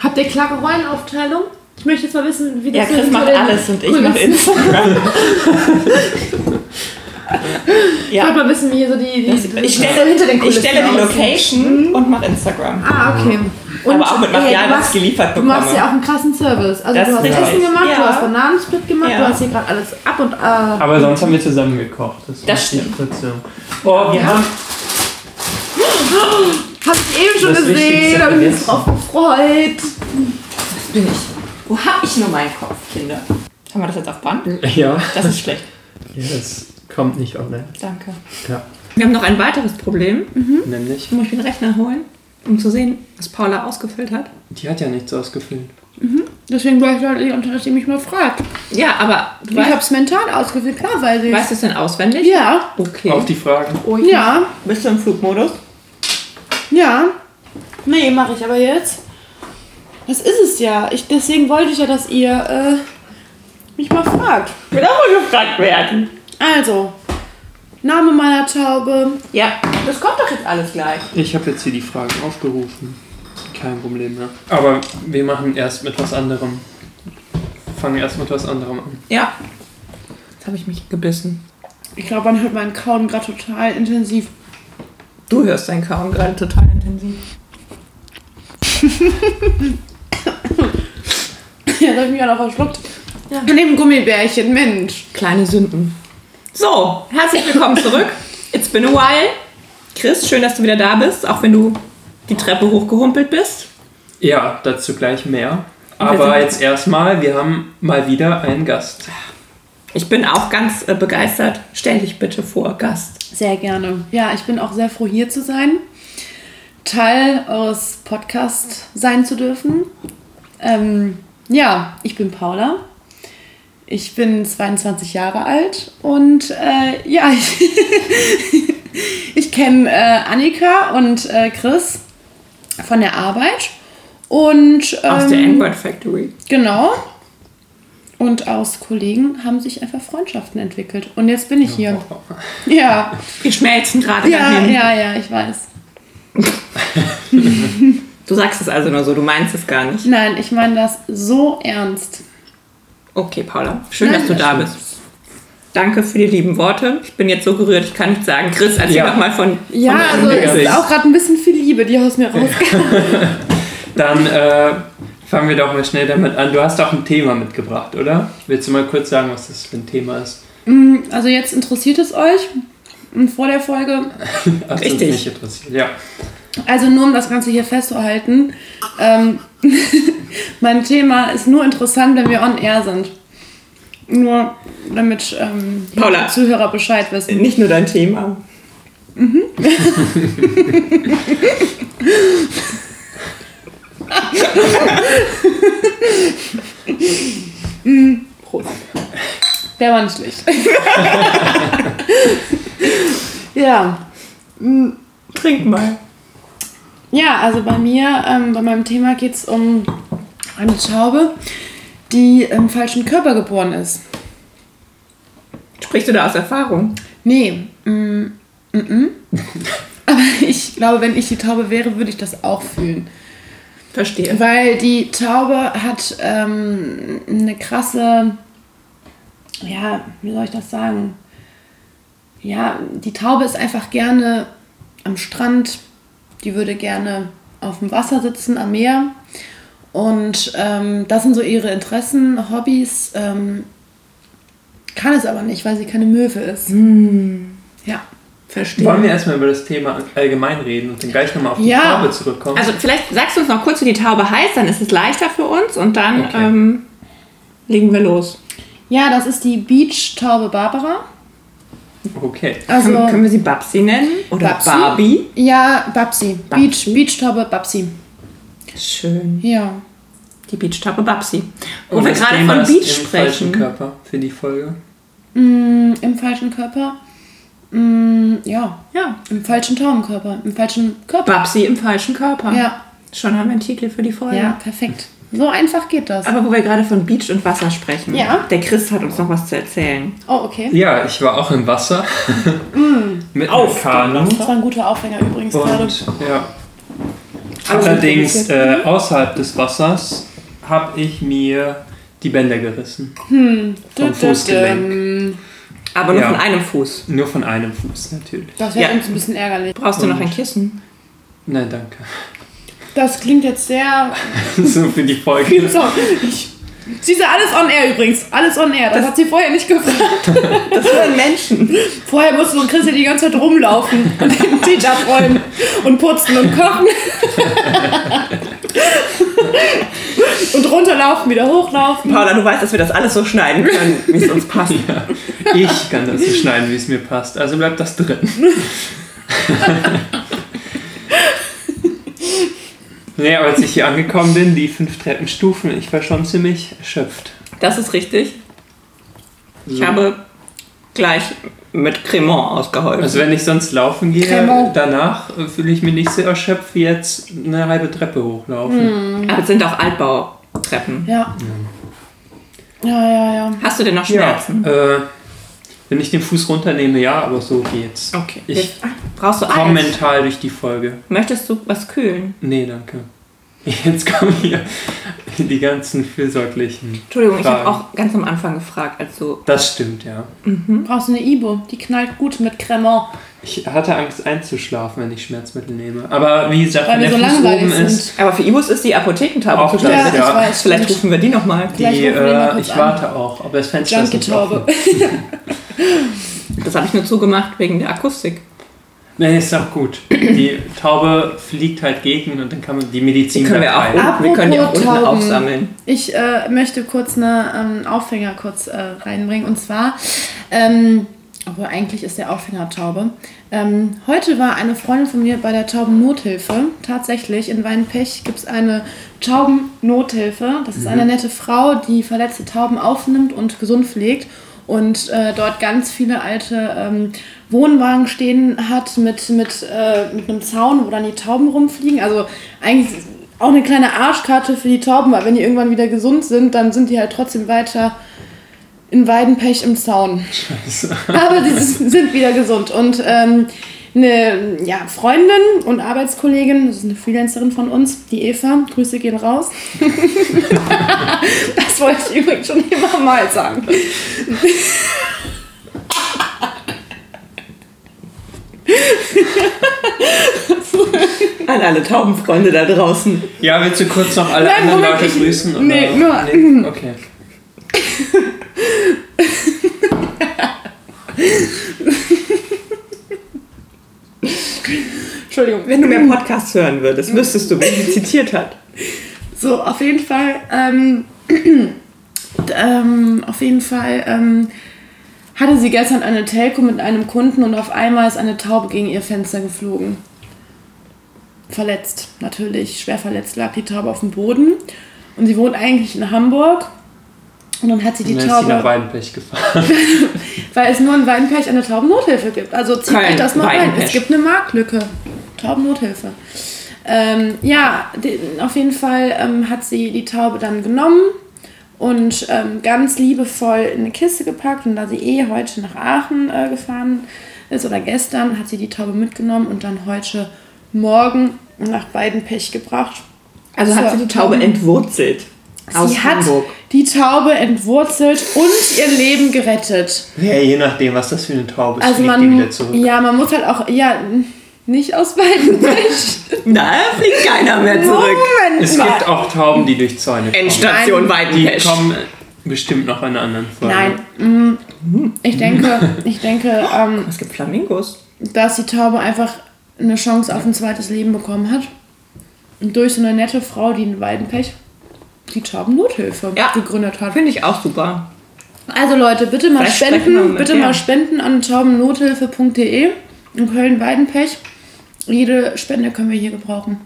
Habt ihr klare Rollenaufteilung? Ich möchte jetzt mal wissen, wie Ja, das Chris hinter macht den alles und ich Kulissen- mache Instagram. Ich wollte ja. mal wissen, wie hier so die. die das- Ich so stelle, hinter den ich Kulissen stelle die aussieht. Location und mache Instagram. Ah, okay. Aber auch mit Material, ey, du was machst- ich geliefert Du machst bekomme. ja auch einen krassen Service. Also, Das du hast ist Essen richtig. gemacht, du Ja. hast Bananensplit gemacht, Ja. du hast hier gerade alles ab und. Äh, Aber sonst haben wir zusammen gekocht. Das, Das ist die stimmt. Situation. Oh, wir haben Hab ich eben schon Das gesehen, Wichtigste da hab ich mich vergessen. drauf gefreut. Das bin ich. Wo hab ich nur meinen Kopf, Kinder? Haben wir das jetzt auf Band? Ja. Das ist schlecht. ja, das kommt nicht online. Danke. Hm. Ja. Wir haben noch ein weiteres Problem. Nämlich, Ich muss den Rechner holen, um zu sehen, was Paula ausgefüllt hat. die hat ja nichts ausgefüllt. Deswegen war ich deutlich unter, dass ihr mich mal fragt. Ja, aber du Ich weißt, hab's mental ausgewählt, klar weiß ich. weißt du es denn auswendig? Ja, Okay. Auf die Fragen. oh, ich ja, Bist du im Flugmodus? ja. Nee, mache ich aber jetzt. Das ist es ja. Ich, deswegen wollte ich ja, dass ihr äh, mich mal fragt. Ich will auch mal gefragt werden. Also, Name meiner Taube. Ja, das kommt doch jetzt alles gleich. Ich habe jetzt hier die Fragen aufgerufen. Kein Problem ne? mehr. Aber wir machen erst mit was anderem. Fangen erst mit was anderem an. Ja. Jetzt habe ich mich gebissen. Ich glaube, man hört meinen Kauen gerade total intensiv. Du hörst deinen Kauen gerade total intensiv. Jetzt habe ich mich auch noch verschluckt. Ja. Neben Gummibärchen, Mensch. Kleine Sünden. So, herzlich willkommen zurück. It's been a while. Chris, schön, dass du wieder da bist, auch wenn du die Treppe hochgehumpelt bist. Ja, dazu gleich mehr. Wir Aber sind- jetzt erstmal, wir haben mal wieder einen Gast. Ich bin auch ganz äh, begeistert. Stell dich bitte vor, Gast. Sehr gerne. Ja, ich bin auch sehr froh, hier zu sein, Teil eures Podcasts sein zu dürfen. Ähm, ja, ich bin Paula. Ich bin 22 Jahre alt und äh, ja, ich, ich kenne äh, Annika und äh, Chris von der Arbeit und Aus der ähm, N-Word Factory. Genau. Und aus Kollegen haben sich einfach Freundschaften entwickelt. Und jetzt Oh, bin ich hier. Ja. Wir schmelzen gerade Ja, dahin. ja, ja, ich weiß. Du sagst es also nur so, du meinst es gar nicht. Nein, ich meine das so ernst. Okay, Paula, schön, Nein, dass du das da bist. Danke für die lieben Worte. Ich bin jetzt so gerührt, ich kann nicht sagen. Chris, erzähl Ja. doch mal von. Ja, von also es ist auch gerade ein bisschen viel Liebe, die aus mir rauskommt. Dann äh, fangen wir doch mal schnell damit an. Du hast auch ein Thema mitgebracht, oder? Willst du mal kurz sagen, was das für ein Thema ist? Also jetzt interessiert es euch. Und vor der Folge, Hast uns Richtig. nicht interessiert. Ja. also nur um das Ganze hier festzuhalten, ähm, mein Thema ist nur interessant, wenn wir on air sind. Nur damit ähm, die Paula. Zuhörer Bescheid wissen. nicht nur dein Thema. Mhm. Der war nicht schlecht. ja. Trink mal. Ja, also bei mir, ähm, bei meinem Thema geht es um eine Taube, die im falschen Körper geboren ist. Sprichst du da aus Erfahrung? Nee, mm, mm, mm. aber ich glaube, wenn ich die Taube wäre, würde ich das auch fühlen. Verstehe. Weil die Taube hat ähm, eine krasse, ja, wie soll ich das sagen? Ja, die Taube ist einfach gerne am Strand, die würde gerne auf dem Wasser sitzen, am Meer. Und ähm, das sind so ihre Interessen, Hobbys. Ähm, kann es aber nicht, weil sie keine Möwe ist. Ja. Wollen wir Verstehe. erstmal über das Thema allgemein reden und dann gleich nochmal auf die Ja. Farbe zurückkommen? Also vielleicht sagst du uns noch kurz, wie die Taube heißt, dann ist es leichter für uns und dann Okay. ähm, legen wir los. Ja, das ist die Beach-Taube Barbara. okay. Also, können, können wir sie Babsi nennen? Oder Babsi? Barbie? Ja, Babsi. Beach, Babsi. Beach-Taube Babsi. Schön. Ja. Die Beachtappe Babsi. Wo Und wir Oh, das gerade Thema von ist Beach im falschen sprechen. Körper für die Folge. Mm, Im falschen Körper? Mm, ja. Ja. Im falschen Taubenkörper. Im falschen Körper. Babsi im falschen Körper. Ja. Schon haben wir einen Titel für die Folge. Ja, Ah, perfekt. So einfach geht das. Aber wo wir gerade von Beach und Wasser sprechen. Ja. Der Chris hat uns noch was zu erzählen. Oh, okay. Ja, ich war auch im Wasser. Mit Auf einem Kanu. Das war ein guter Aufhänger übrigens gerade. Und ja, Allerdings äh, außerhalb des Wassers habe ich mir die Bänder gerissen. Vom Fußgelenk. Aber nur Ja. von einem Fuß. Nur von einem Fuß natürlich. Das wäre Ja. uns ein bisschen ärgerlich. Brauchst du noch Und- ein Kissen? Nein, danke. Das klingt jetzt sehr. so für die Folge. So, ich, sie ist ja alles on air übrigens. Alles on air. Das, hat sie vorher nicht gefragt. Das sind Menschen. Vorher musste so Chrissy die ganze Zeit rumlaufen und den Tisch abräumen und putzen und kochen. und runterlaufen, wieder hochlaufen. Paula, du weißt, dass wir das alles so schneiden können, wie es uns passt. Ich kann das so schneiden, wie es mir passt. Also bleibt das drin. nee, aber als ich hier angekommen bin, die fünf Treppenstufen, ich war schon ziemlich erschöpft. Das ist richtig. Ich So. habe gleich mit Cremant ausgeholfen. Also wenn ich sonst laufen gehe, Cremant. danach äh, fühle ich mich nicht so erschöpft wie jetzt eine halbe Treppe hochlaufen. Aber es sind auch Altbautreppen. Ja. Ja, ja, ja. Hast du denn noch Ja, Schmerzen? äh, wenn ich den Fuß runternehme, ja, aber so geht's. Okay. Ich Jetzt- ah, Brauchst du Eis? komme mental durch die Folge. Möchtest du was kühlen? Nee, danke. Jetzt kommen hier die ganzen fürsorglichen. Entschuldigung, ich habe Fragen. auch ganz am Anfang gefragt, also Das stimmt, ja. Brauchst du eine Ibo? Die knallt gut mit Cremant. Ich hatte Angst einzuschlafen, wenn ich Schmerzmittel nehme. Aber wie gesagt, Weil wenn der wir so Fuß oben langweilig ist, sind. aber für Ibus ist die Apothekentaube Auch zu das, schlecht. ja. weiß. Vielleicht rufen wir die nochmal. Gleich die, rufen wir mal äh, kurz ich an. warte auch. Aber das Fenster ist nicht Junkie-Taube. offen. Das habe ich nur zugemacht wegen der Akustik. Nee, ist auch gut. Die Taube fliegt halt gegen und dann kann man die Medizin Die können wir auch, verteilen. Apropos wir können die auch unten Tauben. aufsammeln. Ich äh, möchte kurz einen ähm, Aufhänger kurz äh, reinbringen. Und zwar, ähm, obwohl eigentlich ist der Aufhänger Taube. Ähm, heute war eine Freundin von mir bei der Taubennothilfe. Tatsächlich, in Weinpech gibt es eine Taubennothilfe. Das ist eine nette Frau, die verletzte Tauben aufnimmt und gesund pflegt. Und äh, dort ganz viele alte ähm, Wohnwagen stehen hat mit, mit, äh, mit einem Zaun, wo dann die Tauben rumfliegen. Also eigentlich auch eine kleine Arschkarte für die Tauben, weil wenn die irgendwann wieder gesund sind, dann sind die halt trotzdem weiter in Weidenpech im Zaun. Aber die sind wieder gesund. Und ähm, eine ja, Freundin und Arbeitskollegin, das ist eine Freelancerin von uns, die Eva, Grüße gehen raus. das wollte ich übrigens schon immer mal sagen. An alle Taubenfreunde da draußen. Ja, willst du kurz noch alle Nein, anderen Moment, Leute ich- grüßen? Oder? nee, nur- Okay. Entschuldigung. Wenn du mehr Podcasts hören würdest, wüsstest du, wer sie zitiert hat. So, auf jeden Fall, ähm, d- ähm, auf jeden Fall ähm, hatte sie gestern eine Telco mit einem Kunden und auf einmal ist eine Taube gegen ihr Fenster geflogen. Verletzt, natürlich, schwer verletzt lag die Taube auf dem Boden. Und sie wohnt eigentlich in Hamburg. Und dann hat sie die dann ist die nach Taube, Weidenpech gefahren. weil es nur in Weinpech eine Taubennothilfe gibt. Also zieht Kein euch das mal rein. Weidenpech. Es gibt eine Marktlücke. Taubennothilfe. Ähm, ja, die, auf jeden Fall ähm, hat sie die Taube dann genommen und ähm, ganz liebevoll in eine Kiste gepackt. Und da sie eh heute nach Aachen äh, gefahren ist oder gestern, hat sie die Taube mitgenommen und dann heute Morgen nach Weidenpech gebracht. Also hat So, sie die Taube Tauben. entwurzelt. Aus sie hat Hamburg. die Taube entwurzelt und ihr Leben gerettet. Ja, je nachdem, was das für eine Taube ist, Also fliegt die man, wieder zurück. ja, man muss halt auch, ja, nicht aus beiden Tisch. Na, fliegt keiner mehr zurück. Moment Es mal. gibt auch Tauben, die durch Zäune kommen. Endstation Die Weidenpesch. kommen bestimmt noch in einer anderen Folge. Nein, mm, ich denke, ich denke, ähm, Es gibt Flamingos. dass die Taube einfach eine Chance auf ein zweites Leben bekommen hat. Und durch so eine nette Frau, die in Weidenpech die Taubennothilfe Ja. gegründet hat. Finde ich auch super. Also Leute, bitte mal Vielleicht sprechen wir spenden, mit bitte der. mal spenden an taubennothilfe.de in Köln-Weidenpech. Jede Spende können wir hier gebrauchen.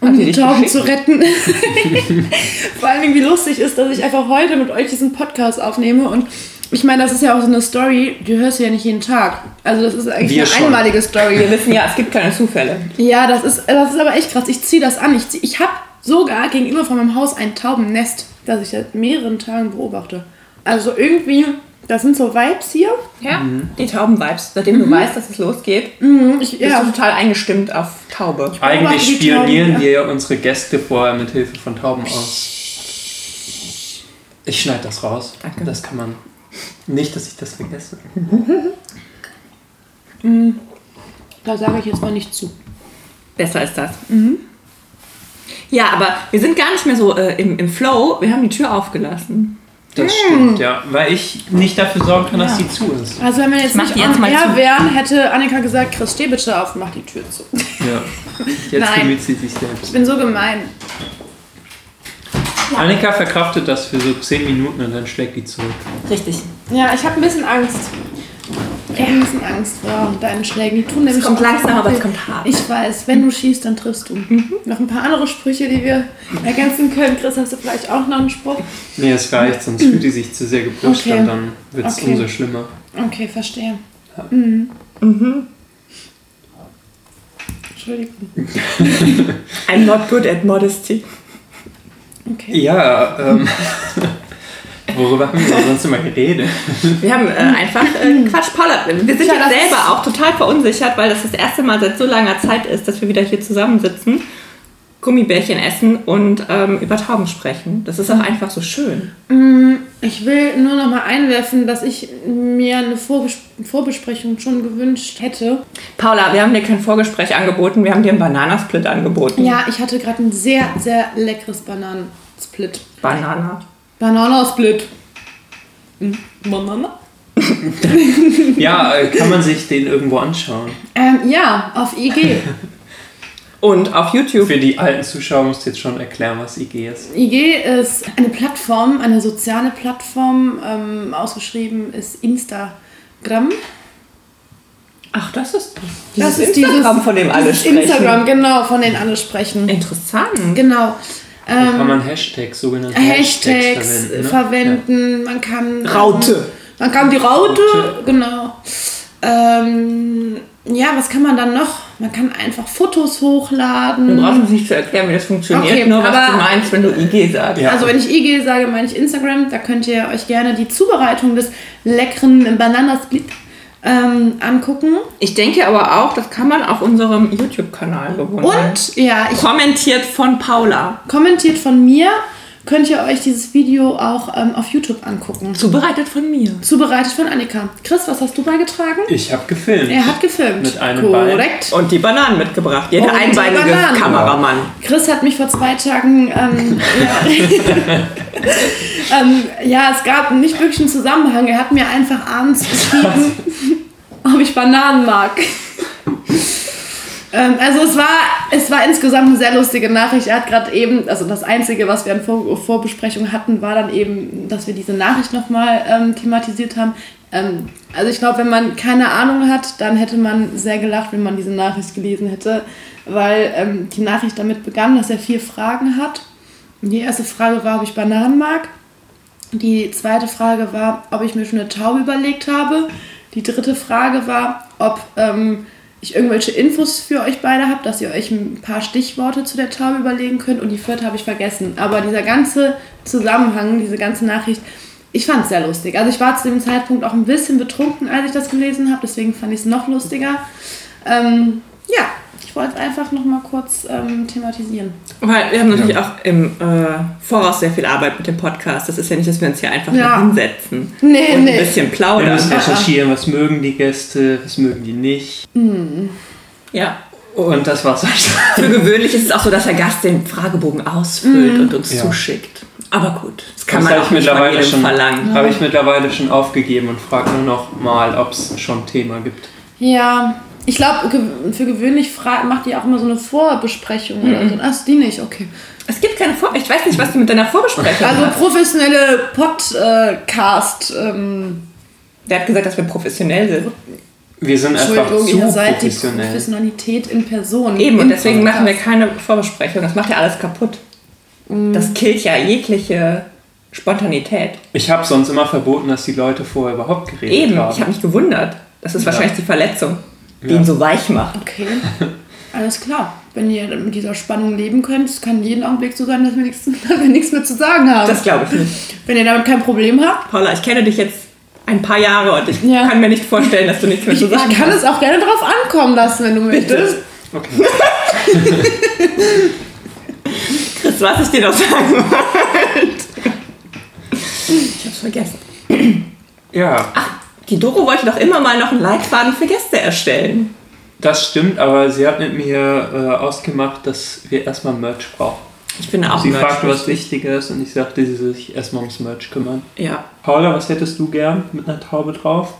Hat Um die die dich Tauben geschickt? zu retten. Vor allen Dingen, wie lustig ist, dass ich einfach heute mit euch diesen Podcast aufnehme. Und ich meine, das ist ja auch so eine Story, die hörst du ja nicht jeden Tag. Also das ist eigentlich Wir eine schon. einmalige Wir Story. wissen ja, es gibt keine Zufälle. Ja, das ist, das ist aber echt krass. Ich ziehe das an. Ich, zieh, ich habe sogar gegenüber von meinem Haus ein Taubennest, das ich seit mehreren Tagen beobachte. Also irgendwie Das sind so Vibes hier. Ja, die Tauben-Vibes. Seitdem du weißt, dass es losgeht, Ich, bist du ja, total eingestimmt auf Taube. beobachte die Eigentlich spionieren Tauben, wir ja unsere Gäste vorher mit Hilfe von Tauben aus. Ich schneide das raus. Danke. Das kann man. Nicht, dass ich das vergesse. da sage ich jetzt mal nicht zu. Besser ist das. Ja, aber wir sind gar nicht mehr so äh, im, im Flow. Wir haben die Tür aufgelassen. Das stimmt, ja. Mm. Weil ich nicht dafür sorgen kann, dass Ja. sie zu ist. Also wenn wir jetzt mach nicht die jetzt on mal air zu. wären, hätte Annika gesagt, Chris, steh bitte auf, mach die Tür zu. Ich Ja. Jetzt Nein. bemüht sie sich selbst. bin so gemein. Annika verkraftet das für so 10 Minuten und dann schlägt die zurück. Richtig. Ja, ich habe ein bisschen Angst. Ich habe ein bisschen Angst vor deinen Schlägen. Die tun nämlich kommt auch langsam, so aber es viel. kommt Mhm. hart. Ich weiß, wenn du schießt, dann triffst du. Noch ein paar andere Sprüche, die wir ergänzen können. Chris, hast du vielleicht auch noch einen Spruch? Nee, es reicht, sonst fühlt die sich zu sehr gepusht Okay. und dann wird es Okay. umso schlimmer. Okay, verstehe. Mhm. Mhm. Entschuldigung. I'm not good at modesty. Okay. Ja, ähm. Worüber haben wir denn sonst immer geredet? Wir haben äh, einfach äh, Quatsch Paula. Wir sind Tja, jetzt das selber ist- auch total verunsichert, weil das das erste Mal seit so langer Zeit ist, dass wir wieder hier zusammensitzen, Gummibärchen essen und ähm, über Tauben sprechen. Das ist auch einfach so schön. Ich will nur noch mal einwerfen, dass ich mir eine Vorbes Vorbesprechung schon gewünscht hätte. Paula, wir haben dir kein Vorgespräch angeboten, wir haben dir einen Bananasplit angeboten. Ja, ich hatte gerade ein sehr, sehr leckeres Bananensplit. Banana. Bananasplit. Hm, Banana? Ja, äh, kann man sich den irgendwo anschauen? Ähm, ja, auf IG. Und auf YouTube. Für die alten Zuschauer musst du jetzt schon erklären, was IG ist. IG ist eine Plattform, eine soziale Plattform. Ähm, ausgeschrieben ist Instagram. Ach, das ist Das ist Instagram, dieses- von dem alle dieses sprechen. Instagram, genau, von denen alle sprechen. Interessant. Genau. Da kann Ähm, man Hashtags, sogenannte Hashtags, Hashtags äh, verwenden. verwenden. Ne? Man kann. ähm, Raute. Man kann die Raute, Raute. genau. Ähm, ja, was kann man dann noch? Man kann einfach Fotos hochladen. Du brauchst uns nicht zu erklären, wie das funktioniert, Okay, nur was aber- du meinst, wenn du IG sagst. Ja. Also wenn ich IG sage, meine ich Instagram. Da könnt ihr euch gerne die Zubereitung des leckeren Bananasplit ähm, angucken. Ich denke aber auch, das kann man auf unserem YouTube-Kanal Oh bewundern. Und ja, ich Kommentiert von Paula. kommentiert von mir, könnt ihr euch dieses Video auch ähm, auf YouTube angucken. Zubereitet von mir. Zubereitet von Annika. Chris, was hast du beigetragen? Ich habe gefilmt. Er hat gefilmt. Mit einem Bein. Korrekt. Und die Bananen mitgebracht. Jeder Und die einbeinige Bananen. Kameramann. Chris hat mich vor zwei Tagen, ähm, ja, ähm, ja, es gab nicht wirklich einen Zusammenhang. Er hat mir einfach abends geschrieben, ob ich Bananen mag. ähm, also es war, es war insgesamt eine sehr lustige Nachricht. Er hat gerade eben, also das Einzige, was wir an Vor Vorbesprechung hatten, war dann eben, dass wir diese Nachricht nochmal ähm, thematisiert haben. Ähm, also ich glaube, wenn man keine Ahnung hat, dann hätte man sehr gelacht, wenn man diese Nachricht gelesen hätte, weil ähm, die Nachricht damit begann, dass er vier Fragen hat. Und Die erste Frage war, ob ich Bananen mag. Die zweite Frage war, ob ich mir schon eine Taube überlegt habe. Die dritte Frage war, ob ähm, ich irgendwelche Infos für euch beide habe, dass ihr euch ein paar Stichworte zu der Taube überlegen könnt. Und die vierte habe ich vergessen. Aber dieser ganze Zusammenhang, diese ganze Nachricht, ich fand es sehr lustig. Also ich war zu dem Zeitpunkt auch ein bisschen betrunken, als ich das gelesen habe. Deswegen fand ich es noch lustiger. Ähm, ja, ich wollte es einfach nochmal kurz ähm, thematisieren. Weil wir haben natürlich auch im äh, Voraus sehr viel Arbeit mit dem Podcast. Das ist ja nicht, dass wir uns hier einfach Ja. nur hinsetzen Nee, und nee. ein bisschen Wir plaudern. müssen recherchieren, was mögen die Gäste, was mögen die nicht. Ja. Und das war's. halt. Für gewöhnlich ist es auch so, dass der Gast den Fragebogen ausfüllt Mhm. und uns Ja. zuschickt. Aber gut, das kann Das man habe auch ich, nicht von mittlerweile jedem schon- verlangen. habe ich mittlerweile schon aufgegeben und frage nur noch mal, ob es schon ein Thema gibt. Ja, ich glaube, ge für gewöhnlich fra- macht die auch immer so eine Vorbesprechung oder so. Mhm. Ach, die nicht, okay. Es gibt keine Vor... Ich weiß nicht, was du mit deiner Vorbesprechung Also hast. professionelle Podcast. Ähm, Der hat gesagt, dass wir professionell sind. Wir sind einfach Entschuldigung, zu ihr seid die professionell. Professionalität in Person. Eben, Im und deswegen Podcast. Mhm. machen wir keine Vorbesprechung. Das macht ja alles kaputt. Das killt ja jegliche Spontanität. Ich habe sonst immer verboten, dass die Leute vorher überhaupt geredet Eben, haben. ich habe mich gewundert. Das ist Ja. wahrscheinlich die Verletzung, die Ja. ihn so weich macht. Okay, alles klar. Wenn ihr mit dieser Spannung leben könnt, es kann jeden Augenblick so sein, dass wir nichts, dass wir nichts mehr zu sagen haben. Das glaube ich nicht. Wenn ihr damit kein Problem habt, Paula, ich kenne dich jetzt ein paar Jahre und ich Ja. kann mir nicht vorstellen, dass du nichts mehr Ich, zu sagen ich kann hast. es auch gerne drauf ankommen lassen, wenn du möchtest. Okay. Chris, was ich dir noch sagen wollte. Ich hab's vergessen. Ja, Die Doro wollte doch immer mal noch einen Leitfaden für Gäste erstellen. das stimmt, aber sie hat mit mir äh, ausgemacht, dass wir erstmal Merch brauchen. Ich bin auch sie Merch fragte, was lustig. Wichtiges und ich sagte, sie soll sich erstmal ums Merch kümmern. Ja, Paula, was hättest du gern mit einer Taube drauf?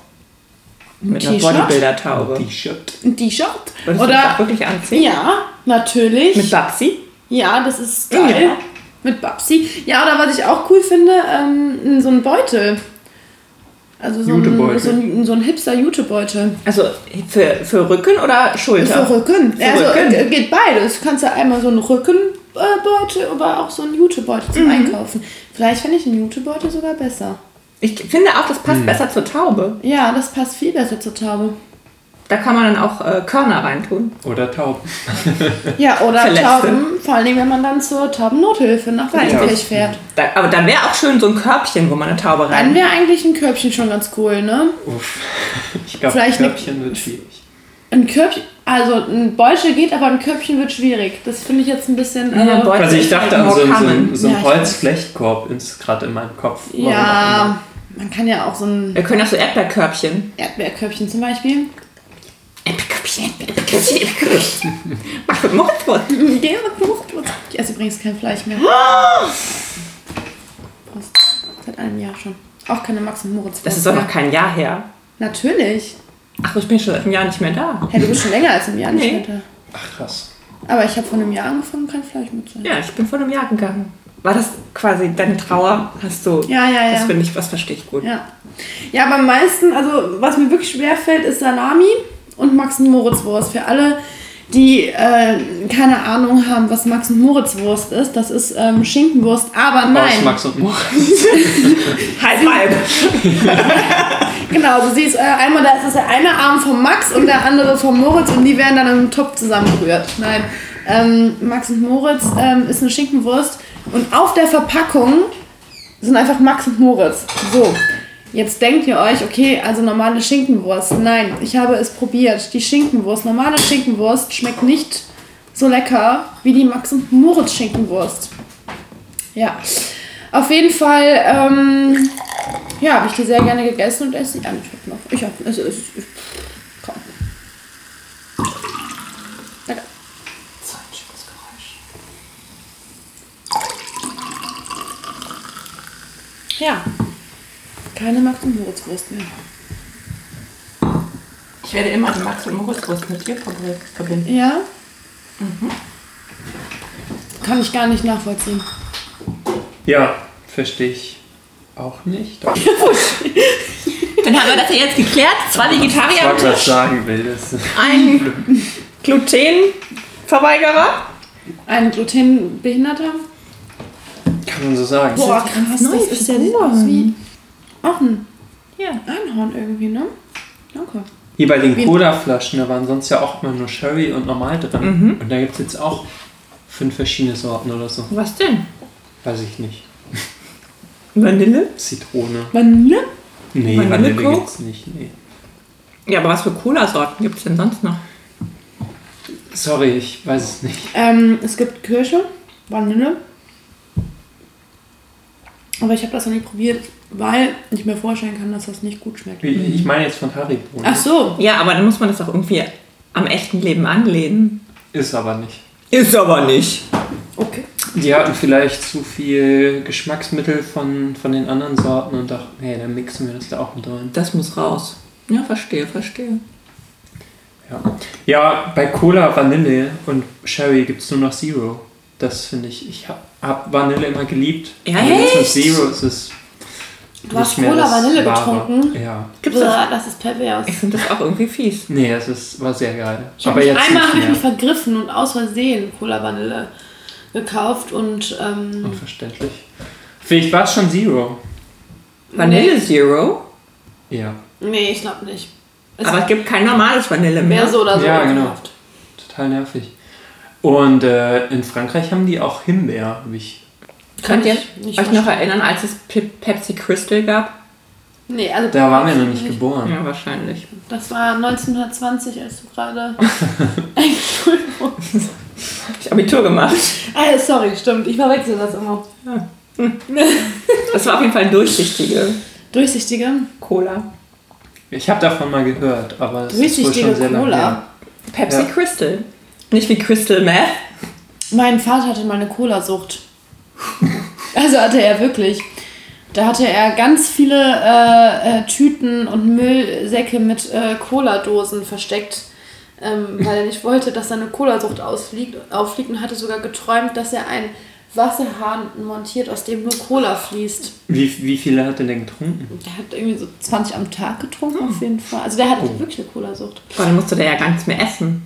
mit einer T-Shirt? Bodybuilder-Taube. T-Shirt. Ein T-Shirt. Würdest du das auch Oder, wirklich anziehen? ja, natürlich. Mit Babsi? Ja, das ist geil. Ja. Mit Babsi. Ja, oder was ich auch cool finde, ähm, so ein Beutel. Also so ein, Jutebeutel. so ein, so ein hipster Jutebeutel. Also für, für Rücken oder Schulter? Für Rücken. Für also Rücken. äh, geht beides. Du kannst ja einmal so einen Rückenbeutel, äh, aber auch so einen Jutebeutel Mhm. zum Einkaufen. Vielleicht finde ich einen Jutebeutel sogar besser. Ich finde auch, das Hm. passt besser zur Taube. Ja, das passt viel besser zur Taube. Da kann man dann auch äh, Körner reintun. Oder Tauben. Ja, oder Verletzte. Tauben, vor allem wenn man dann zur Taubennothilfe nach Weidenkirch fährt. Da, aber dann wäre auch schön so ein Körbchen, wo man eine Taube Dann rein. wäre eigentlich ein Körbchen schon ganz cool, ne? Uff. Ich glaube, Vielleicht ne- Körbchen wird schwierig. Ein Körbchen, also ein Beutel geht, aber ein Körbchen wird schwierig. Das finde ich jetzt ein bisschen. Ja, also- Beutel. Also ich dachte an so, einen- so, einen- so einen Ja, ich weiß. Holzflechtkorb, ist gerade in meinem Kopf. Warum auch immer. ja man kann ja auch so ein Wir können auch so Erdbeerkörbchen. Erdbeerkörbchen zum Beispiel. Erdbeerkörbchen, Erdbeerkörbchen, Erdbeerkörbchen. Mach mit Mordwurst. Ja, ich esse übrigens kein Fleisch mehr. Prost. Seit einem Jahr schon. Auch keine Max und Moritz. Das ist doch noch kein Jahr her. Natürlich. Ach, ich bin schon seit einem Jahr nicht mehr da. Hey, du bist schon länger als im Jahr nicht Nee. mehr Ach krass. da. Aber ich habe vor einem Jahr angefangen, kein Fleisch mehr zu essen. Ja, ich bin vor einem Jahr gegangen. War das quasi deine Trauer? Hast du. Ja, ja, ja. Das finde ich, was verstehe ich gut. Ja. Ja, aber am meisten, also was mir wirklich schwer fällt, ist Salami und Max und Moritz Wurst. Für alle, die äh, keine Ahnung haben, was Max und Moritz Wurst ist, das ist ähm, Schinkenwurst, aber Aus nein. Max und Moritz. High five. Genau, du siehst äh, einmal, da ist das der eine Arm vom Max und der andere vom Moritz und die werden dann im Topf zusammengerührt. Nein, ähm, Max und Moritz ähm, ist eine Schinkenwurst und auf der Verpackung sind einfach Max und Moritz. So, jetzt denkt ihr euch, okay, also normale Schinkenwurst. Nein, ich habe es probiert. Die Schinkenwurst, normale Schinkenwurst schmeckt nicht so lecker wie die Max und Moritz Schinkenwurst. Ja, auf jeden Fall. Ähm, ja, habe ich die sehr gerne gegessen und esse sie an. Ich noch. Ich hab, also, es ist. Ich, komm. Lecker. So ein schönes Geräusch. Ja. Keine Max- und Moritz-Wurst mehr. Ich werde immer die Max- und Moritz-Wurst mit dir verb- verbinden. Ja? Kann ich gar nicht nachvollziehen. Ja, verstehe ich auch nicht. Aber Dann haben wir das ja jetzt geklärt. Zwei ich Vegetarier am mag, was Tisch, sagen will. Das ist ein Glutenverweigerer. Ein Glutenbehinderter? Kann man so sagen. Boah, ist ganz krass, neu, das das ist ja sieht sieht aus aus wie auch ein Ja. Einhorn irgendwie, ne? Danke. Hier bei den Cola-Flaschen, da waren sonst ja auch immer nur Sherry und normal drin. Und da gibt es jetzt auch fünf verschiedene Sorten oder so. Was denn? Weiß ich nicht. Vanille? Zitrone. Vanille? Nee, Vanille Vanille, Coke? gibt's nicht. Nee. Ja, aber was für Cola-Sorten gibt es denn sonst noch? Sorry, ich weiß es nicht. Ähm, es gibt Kirsche, Vanille. Aber ich habe das noch nie probiert, weil ich mir vorstellen kann, dass das nicht gut schmeckt. Ich ich meine jetzt von Haribo. ne? Ach so. Ja, aber dann muss man das auch irgendwie am echten Leben anlehnen. Ist aber nicht. Ist aber nicht. Okay. Die hatten vielleicht zu viel Geschmacksmittel von, von den anderen Sorten und dachten, hey, dann mixen wir das da auch mit rein. Das muss raus. Ja, verstehe, verstehe. Ja, ja bei Cola, Vanille und Sherry gibt es nur noch Zero. Das finde ich. Ich habe hab Vanille immer geliebt. Ja, Aber jetzt mit echt? Zero ist es. Du hast Cola, das Vanille Wahre. getrunken? Ja. Gibt's das? das ist pervers. Ich finde das auch irgendwie fies. Nee, das ist, war sehr geil. Ich hab Aber mich- jetzt einmal habe ich nicht mich mehr. vergriffen und aus Versehen Cola Vanille gekauft und ähm, Unverständlich. Vielleicht war es schon Zero. Vanille Zero, Ja, nee, ich glaube nicht. Es aber es gibt kein normales Vanille mehr. mehr so oder so Ja, genau. gekauft. total nervig. Und äh, in Frankreich haben die auch Himbeer, habe ich Könnt ihr genau. Kann ich nicht euch noch verstehen. erinnern, als es Pe Pepsi Crystal gab? Nee, also Da waren wir noch nicht geboren. Ja, wahrscheinlich. Das war 1920, als du gerade. Entschuldigung. Ich Abitur gemacht. Ah, sorry, stimmt. Ich verwechsel das immer. Das war auf jeden Fall eine durchsichtige Durchsichtige? Cola. Ich habe davon mal gehört, aber es ist wohl Durchsichtige schon sehr lange Cola. her. Pepsi Ja. Crystal. Nicht wie Crystal Meth. Mein Vater hatte mal eine Cola-Sucht. Also hatte er wirklich. Da hatte er ganz viele äh, äh, Tüten und Müllsäcke mit äh, Cola-Dosen versteckt, ähm, weil er nicht wollte, dass seine Cola-Sucht ausfliegt, auffliegt und hatte sogar geträumt, dass er einen Wasserhahn montiert, aus dem nur Cola fließt. Wie, wie viele hat er denn getrunken? Der hat irgendwie so 20 am Tag getrunken, auf jeden Fall. Also der hatte wirklich eine Cola-Sucht. Vor allem musste der ja gar nichts mehr essen,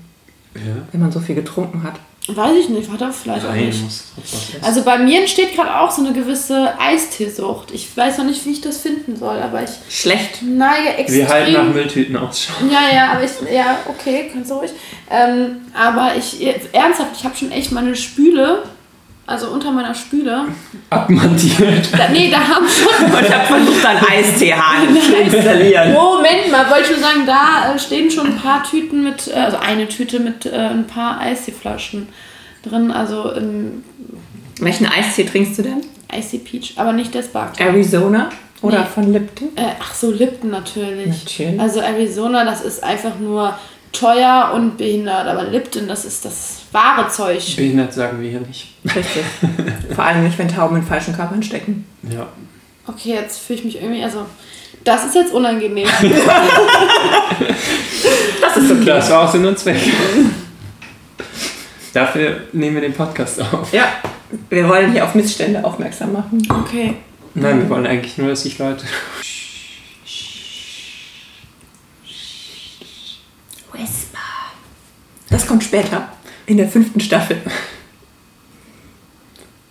Ja. wenn man so viel getrunken hat. Weiß ich nicht, hat er vielleicht auch Nein, nicht. muss was essen. Also bei mir entsteht gerade auch so eine gewisse Eisteesucht. Ich weiß noch nicht, wie ich das finden soll, aber ich Schlecht. neige Wir halten nach extrem. Mülltüten Ausschau. ja, ja, aber ich, ja, okay, kannst du ruhig. Ähm, aber ich, jetzt ernsthaft, ich habe schon echt meine Spüle, also unter meiner Spüle. Abmontiert. Da, nee, da haben schon. Und ich habe versucht, einen Eistee-Hahn zu installieren. Moment mal, wollte ich nur sagen, da äh, stehen schon ein paar Tüten mit, äh, also eine Tüte mit äh, ein paar Eisteeflaschen drin, also ähm, Welchen Eistee trinkst du denn? Icy Peach, aber nicht der Spark. Arizona oder Nee. von Lipton? Äh, ach so, Lipton natürlich. Natürlich. Also Arizona, das ist einfach nur teuer und behindert. Aber Lipton, das ist das wahre Zeug. Behindert sagen wir hier nicht. Richtig. Vor allem nicht, wenn Tauben in falschen Körpern stecken. Ja. Okay, jetzt fühle ich mich irgendwie, also das ist jetzt unangenehm. Das ist okay. Das war auch Sinn und Zweck. Dafür nehmen wir den Podcast auf. Ja, wir wollen hier auf Missstände aufmerksam machen. Okay. Nein, wir wollen eigentlich nur, dass sich Leute. Whisper. Das kommt später, in der fünften Staffel.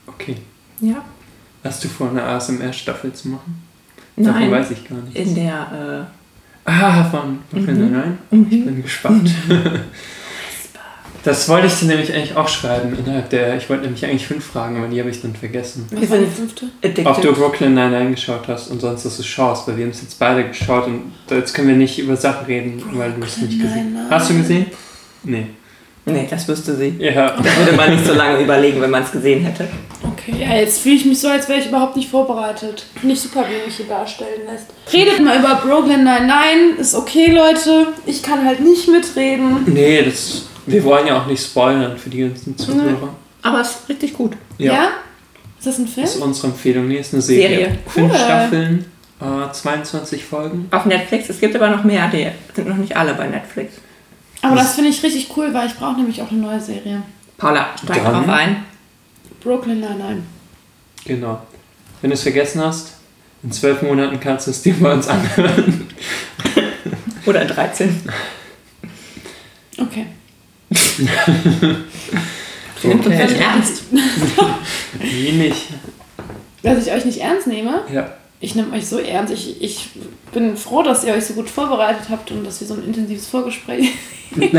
Okay. Ja. Hast du vor, eine ASMR-Staffel zu machen? Davon Nein. weiß ich gar nicht. In der, Ah, von Brooklyn Nine-Nine? äh, Ich bin gespannt. Das wollte ich dir nämlich eigentlich auch schreiben innerhalb der. Ich wollte nämlich eigentlich fünf fragen, aber die habe ich dann vergessen. Was Wir war die sind- fünfte? Ob du addicted. Brooklyn Nine-Nine geschaut hast und sonst, dass du schaust, weil wir haben es jetzt beide geschaut und jetzt können wir nicht über Sachen reden, weil du es nicht gesehen Nine-Nine. hast. Hast du gesehen? Nee. Nee, das wüsste sie. Ja. Da würde man nicht so lange überlegen, wenn man es gesehen hätte. Okay, ja, jetzt fühle ich mich so, als wäre ich überhaupt nicht vorbereitet. Finde ich super, wie du mich hier darstellen lässt. Redet mal über Brooklyn Nine-Nine, ist okay, Leute. Ich kann halt nicht mitreden. Nee, das. Wir wollen ja auch nicht spoilern für die ganzen Zuhörer. Aber es ist richtig gut. Ja? Ja. Ist das ein Film? Das ist unsere Empfehlung. Nee, ist eine Serie. Serie. Fünf Cool. Staffeln, äh, 22 Folgen. Auf Netflix, es gibt aber noch mehr, die sind noch nicht alle bei Netflix. Aber das finde ich richtig cool, weil ich brauche nämlich auch eine neue Serie. Paula, steig Dann- drauf ein. Brooklyn Nine-Nine. Genau. Wenn du es vergessen hast, in zwölf Monaten kannst du es dir bei uns anhören. Oder 13. Okay. Nimmt uns nicht Okay. ernst. Nee, nicht. Dass ich euch nicht ernst nehme. Ja. Ich nehme euch so ernst. Ich, ich bin froh, dass ihr euch so gut vorbereitet habt und dass wir so ein intensives Vorgespräch. Nein,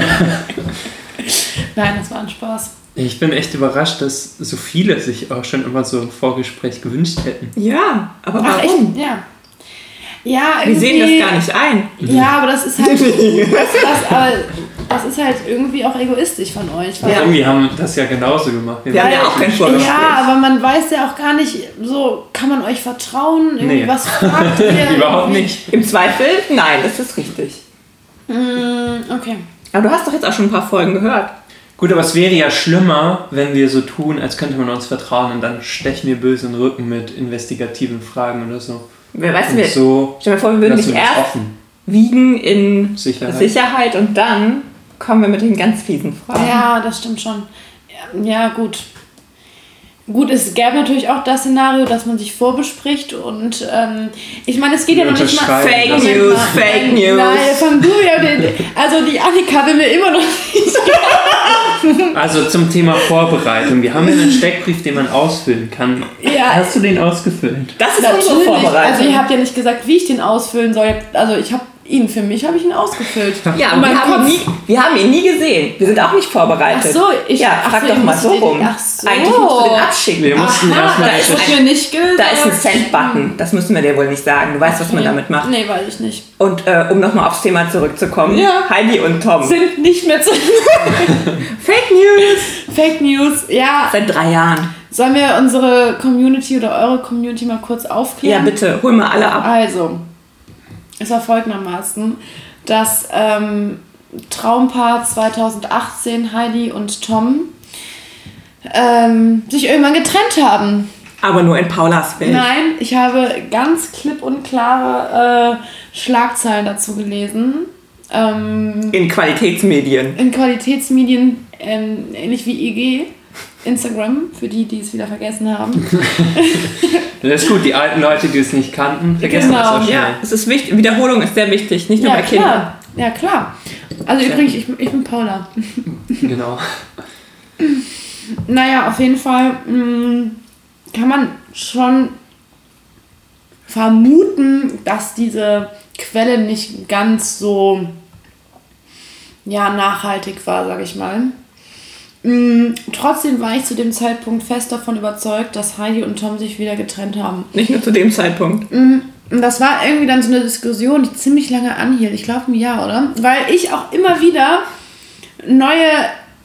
das war ein Spaß. Ich bin echt überrascht, dass so viele sich auch schon immer so ein Vorgespräch gewünscht hätten. Ja, aber Ach, warum? echt? Ja. Ja, Wir sehen das gar irgendwie- nicht ein. Ja, aber das ist halt. das, das, aber das ist halt irgendwie auch egoistisch von euch. weil- Ja. Irgendwie haben das ja genauso gemacht. Wir haben ja auch kein Vorgespräch. Ja, aber man weiß ja auch gar nicht, so kann man euch vertrauen, irgendwie Nee. was fragt ihr. Überhaupt nicht. Im Zweifel, nein, das ist richtig. Mm, okay. Aber du hast doch jetzt auch schon ein paar Folgen gehört. Gut, aber es wäre ja schlimmer, wenn wir so tun, als könnte man uns vertrauen und dann stechen wir böse in den Rücken mit investigativen Fragen oder so. Wer weiß Also Und wir. so Stell dir vor, wir würden lassen dich wir uns erst offen. wiegen in Sicherheit. Sicherheit und dann kommen wir mit den ganz fiesen Fragen. Ja, das stimmt schon. Ja, ja, gut. Gut, es gäbe natürlich auch das Szenario, dass man sich vorbespricht und ähm, ich meine, es geht ja Wir noch nicht mal. unterschreiben Fake das. Moment News, mal. Fake News. Nein, fang du ja den, Also die Annika will mir immer noch nicht. Also zum Thema Vorbereitung. Wir haben hier einen Steckbrief, den man ausfüllen kann. Ja. Hast du den ausgefüllt? Das ist unsere Natürlich. Vorbereitung. Also ihr habt ja nicht gesagt, wie ich den ausfüllen soll. Also ich habe ihn für mich habe ich ihn ausgefüllt. Ja, Und und wir Oh mein haben, ihn Kopf- nie, wir haben ihn nie gesehen. Wir sind auch nicht Ach vorbereitet. so, ich. ja, ach frag so, doch ich mal muss so den- rum. Ach so. Eigentlich musst du den abschicken. Wir mussten Ah, erstmal da das ist ist mir nicht gilt. Da ist ein Cent-Button. Cent-Button. Das müssen wir dir wohl nicht sagen. Du weißt, was man damit macht. Nee, weiß ich nicht. Und äh, um nochmal aufs Thema zurückzukommen, Ja. Heidi und Tom. Sind nicht mehr zu. Fake News! Fake News. Ja, Seit drei Jahren. sollen wir unsere Community oder eure Community mal kurz Ja, aufklären? bitte, hol mal alle ab. Also, es war folgendermaßen, dass ähm, Traumpaar 2018, Heidi und Tom, ähm, sich irgendwann getrennt haben. Aber nur in Paulas Welt. Nein, ich habe ganz klipp und klare äh, Schlagzeilen dazu gelesen. Ähm, In Qualitätsmedien. in Qualitätsmedien, ähm, ähnlich wie IG, Instagram, für die, die es wieder vergessen haben. Das ist gut, die alten Leute, die es nicht kannten, vergessen Genau, das auch schnell. Ja, es ist wichtig. Wiederholung ist sehr wichtig, nicht nur bei Kindern. klar. Ja, klar. Also übrigens, ich, ich bin Paula. Genau. Naja, auf jeden Fall mh, kann man schon vermuten, dass diese Quelle nicht ganz so ja, nachhaltig war, sag ich mal. Mh, trotzdem war ich zu dem Zeitpunkt fest davon überzeugt, dass Heidi und Tom sich wieder getrennt haben. Nicht nur zu dem Zeitpunkt. Und das war irgendwie dann so eine Diskussion, die ziemlich lange anhielt. Ich glaube ein Jahr, oder? Weil ich auch immer wieder neue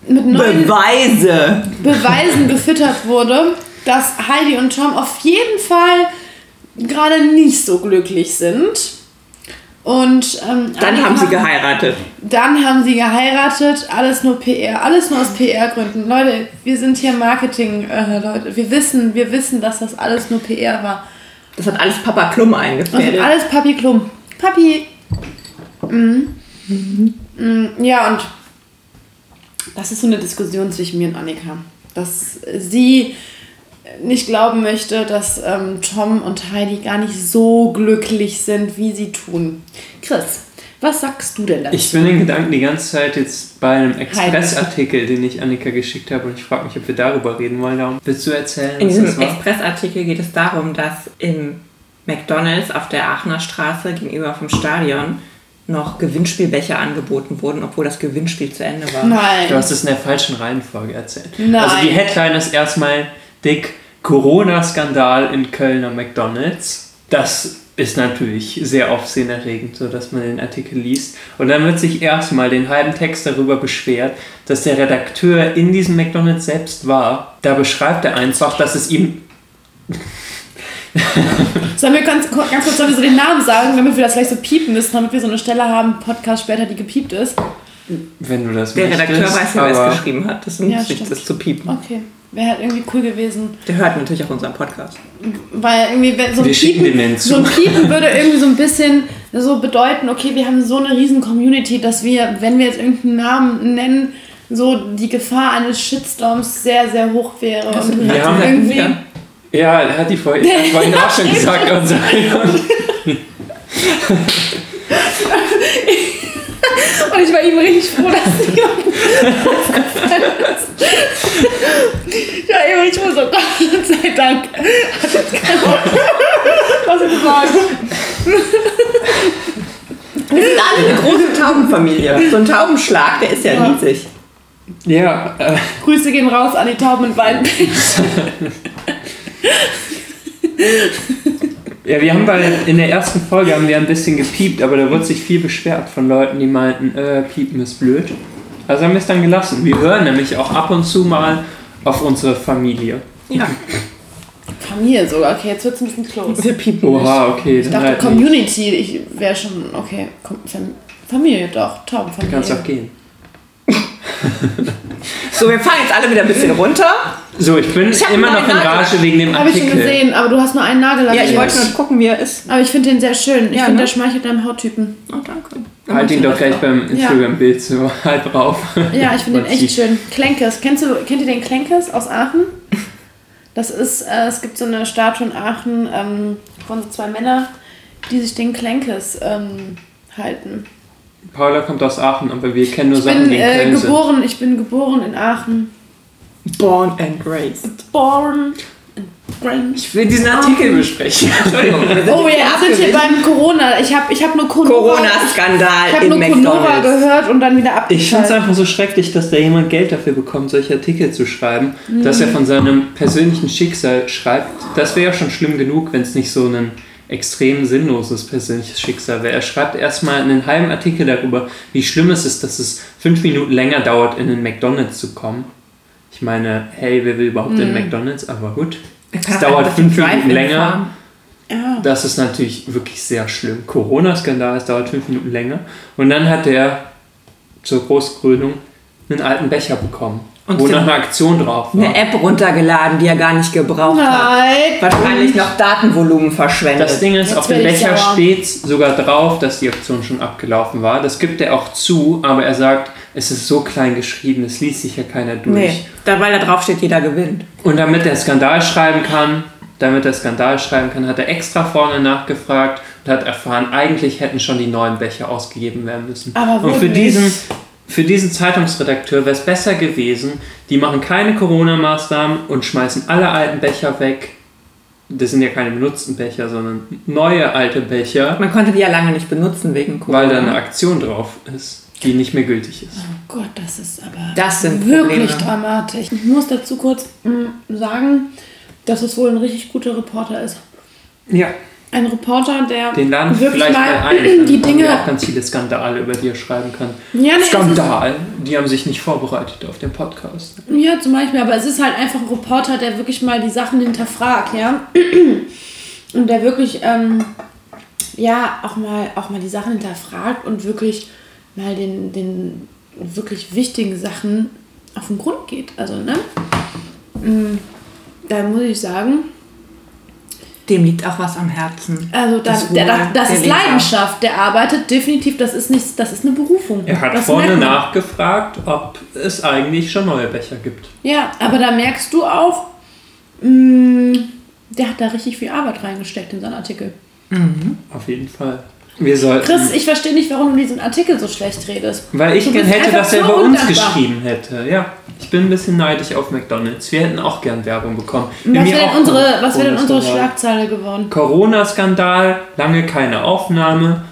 mit neuen Beweise! Beweisen gefüttert wurde, dass Heidi und Tom auf jeden Fall gerade nicht so glücklich sind. Und ähm, Dann haben sie geheiratet. geheiratet. Dann haben sie geheiratet, alles nur PR, alles nur aus PR-Gründen. Leute, wir sind hier Marketing, äh, Leute. Wir wissen, wir wissen, dass das alles nur PR war. Das hat alles Papa Klum Das sind eingefädelt. Also alles Papi Klum. Papi. Mhm. Mhm. Ja, und das ist so eine Diskussion zwischen mir und Annika. Dass sie nicht glauben möchte, dass ähm, Tom und Heidi gar nicht so glücklich sind, wie sie tun. Chris, was sagst du denn dazu? Ich bin den Gedanken die ganze Zeit jetzt bei einem Expressartikel, Expressartikel, den ich Annika geschickt habe und ich frage mich, ob wir darüber reden wollen. Darum willst du erzählen, In was das diesem war? Expressartikel geht es darum, dass im McDonalds auf der Aachener Straße gegenüber vom Stadion noch Gewinnspielbecher angeboten wurden, obwohl das Gewinnspiel zu Ende war. Nein. Du hast es in der falschen Reihenfolge erzählt. Nein. Also die Headline ist erstmal dick Corona-Skandal in Kölner McDonalds. Das ist natürlich sehr aufsehenerregend, so dass man den Artikel liest. Und dann wird sich erstmal den halben Text darüber beschwert, dass der Redakteur in diesem McDonalds selbst war. Da beschreibt er einfach, dass es ihm Sollen wir ganz, ganz kurz sollen wir so den Namen sagen, damit wir das gleich so piepen müssen, damit wir so eine Stelle haben, Podcast später, die gepiept ist? Wenn du das Der möchtest, Redakteur weiß ja, wer aber- es geschrieben hat. Das ist Ja, wichtig, stimmt. das zu piepen. Okay. Wäre halt irgendwie cool gewesen. Der hört natürlich auch unseren Podcast. Weil irgendwie wenn so ein, Wir schicken Piepen, den hinzu. so ein Piepen würde irgendwie so ein bisschen so bedeuten, okay, wir haben so eine riesen Community, dass wir, wenn wir jetzt irgendeinen Namen nennen, so die Gefahr eines Shitstorms sehr, sehr hoch wäre. Und wir das haben- irgendwie, Ja. Ja, er hat die vorhin, ich hab vorhin auch schon gesagt. Und so. Und ich war ihm richtig froh, dass die Ich war eben richtig froh, so Gott sei Dank. Hat jetzt keiner was gesagt. Wir sind alle eine große Taubenfamilie. So ein Taubenschlag, der ist ja, Ja. riesig. Ja, äh, Grüße gehen raus an die Tauben und Wein. ja, wir haben bei, in der ersten Folge haben wir ein bisschen gepiept, aber da wurde sich viel beschwert von Leuten, die meinten, äh, piepen ist blöd. Also haben wir es dann gelassen. Wir hören nämlich auch ab und zu mal auf unsere Familie. Ja, Familie sogar, okay, jetzt wird's ein bisschen close. wir piepen nicht. Oha, okay, Ich dann dachte halt nicht. Community, ich wäre schon, okay, komm, Fam- Familie doch, Tom, Du kannst auch Familie. gehen. So, wir fahren jetzt alle wieder ein bisschen runter. So, ich bin hab immer einen noch in neuen Rage wegen dem Habe ich schon Artikel. gesehen, aber du hast nur einen Nagel Ja, ich lackiert. wollte nur gucken, wie er ist. Aber ich finde den sehr schön. Ich Ja, finde, ne? der schmeichelt deinem Hauttypen. Oh, danke. Dann Halt mach ihn ich doch das gleich beim Instagram-Bild so halb rauf. Ja, ich finde den Man echt sieht. schön. Klenkes, kennst du, kennt ihr den Klenkes aus Aachen? Das ist, äh, es gibt so eine Statue in Aachen ähm, von so zwei Männern, die sich den Klenkes ähm, halten. Paula kommt aus Aachen, aber wir kennen nur Ich Sachen, bin die in äh, Köln sind. geboren, ich bin geboren in Aachen. Born and raised. Oh. Born and strange. Ich will diesen Artikel besprechen. Entschuldigung. wir sind Oh, hier ihr arbeitet hier beim Corona. Ich habe ich hab nur Conora- Corona-Skandal Ich habe in nur Conora McDonalds. gehört und dann wieder Ich finde es abgeschaltet. einfach so schrecklich, dass da jemand Geld dafür bekommt, solche Artikel zu schreiben, dass er von seinem persönlichen Schicksal schreibt. Das wäre ja schon schlimm genug, wenn es nicht so ein extrem sinnloses persönliches Schicksal wäre. Er schreibt erstmal einen halben Artikel darüber, wie schlimm es ist, dass es fünf Minuten länger dauert, in den McDonalds zu kommen. Ich meine, hey, wer will überhaupt in McDonalds? Aber gut. Es dauert fünf Minuten länger. Ja. Das ist natürlich wirklich sehr schlimm. Corona-Skandal, es dauert fünf Minuten länger. Und dann hat er zur Großkrönung einen alten Becher bekommen, Und wo den- noch eine Aktion drauf war. Eine App runtergeladen, die er gar nicht gebraucht hat. Nein. Wahrscheinlich noch Datenvolumen verschwendet. Das Ding ist, Jetzt auf dem werde ich Becher sauer. steht sogar drauf, dass die Aktion schon abgelaufen war. Das gibt er auch zu, aber er sagt, es ist so klein geschrieben, es liest sich ja keiner durch. nee, da, weil da drauf steht, jeder gewinnt. Und damit er Skandal schreiben kann, damit er Skandal schreiben kann, hat er extra vorne nachgefragt und hat erfahren, eigentlich hätten schon die neuen Becher ausgegeben werden müssen. Aber und für wurden diesen, nicht. für diesen Zeitungsredakteur wäre es besser gewesen, die machen keine Corona-Maßnahmen und schmeißen alle alten Becher weg. Das sind ja keine benutzten Becher, sondern neue alte Becher, Man konnte die ja lange nicht benutzen wegen Corona. weil da eine Aktion drauf ist, die nicht mehr gültig ist. Oh Gott, das ist aber Das sind wirklich Probleme. dramatisch. Ich muss dazu kurz mh, sagen, dass es wohl ein richtig guter Reporter ist. Ja, Ein Reporter, der den laden wir wirklich vielleicht mal mal ein. Dann die haben wir auch Dinge. ganz viele Skandale, über die er schreiben kann. Ja, nee, es ist- Skandal. Die haben sich nicht vorbereitet auf den Podcast. Ja, zum Beispiel, aber es ist halt einfach ein Reporter, der wirklich mal die Sachen hinterfragt, ja. Und der wirklich, ähm, ja, auch mal, auch mal die Sachen hinterfragt und wirklich mal den, den wirklich wichtigen Sachen auf den Grund geht. Also, ne? Mm, Da muss ich sagen, Dem liegt auch was am Herzen. also da, Das das, der, Wohl das, das der ist Leser. Leidenschaft. Der arbeitet definitiv, das ist nicht, das ist eine Berufung. Er hat das vorne merkt man. nachgefragt, ob es eigentlich schon neue Becher gibt. Ja, aber da merkst du auch, mh, der hat da richtig viel Arbeit reingesteckt in seinen Artikel. Auf jeden Fall. Wir sollten. Chris, ich verstehe nicht, warum du diesen Artikel so schlecht redest. weil ich du gern bist hätte, einfach dass er so bei uns undankbar. geschrieben hätte. Ja. Ich bin ein bisschen neidisch auf McDonalds. Wir hätten auch gern Werbung bekommen. Wir Was haben wäre ja denn auch unsere, was wäre denn unsere Corona-Skandal. Schlagzeile geworden? Corona-Skandal, lange keine Aufnahme.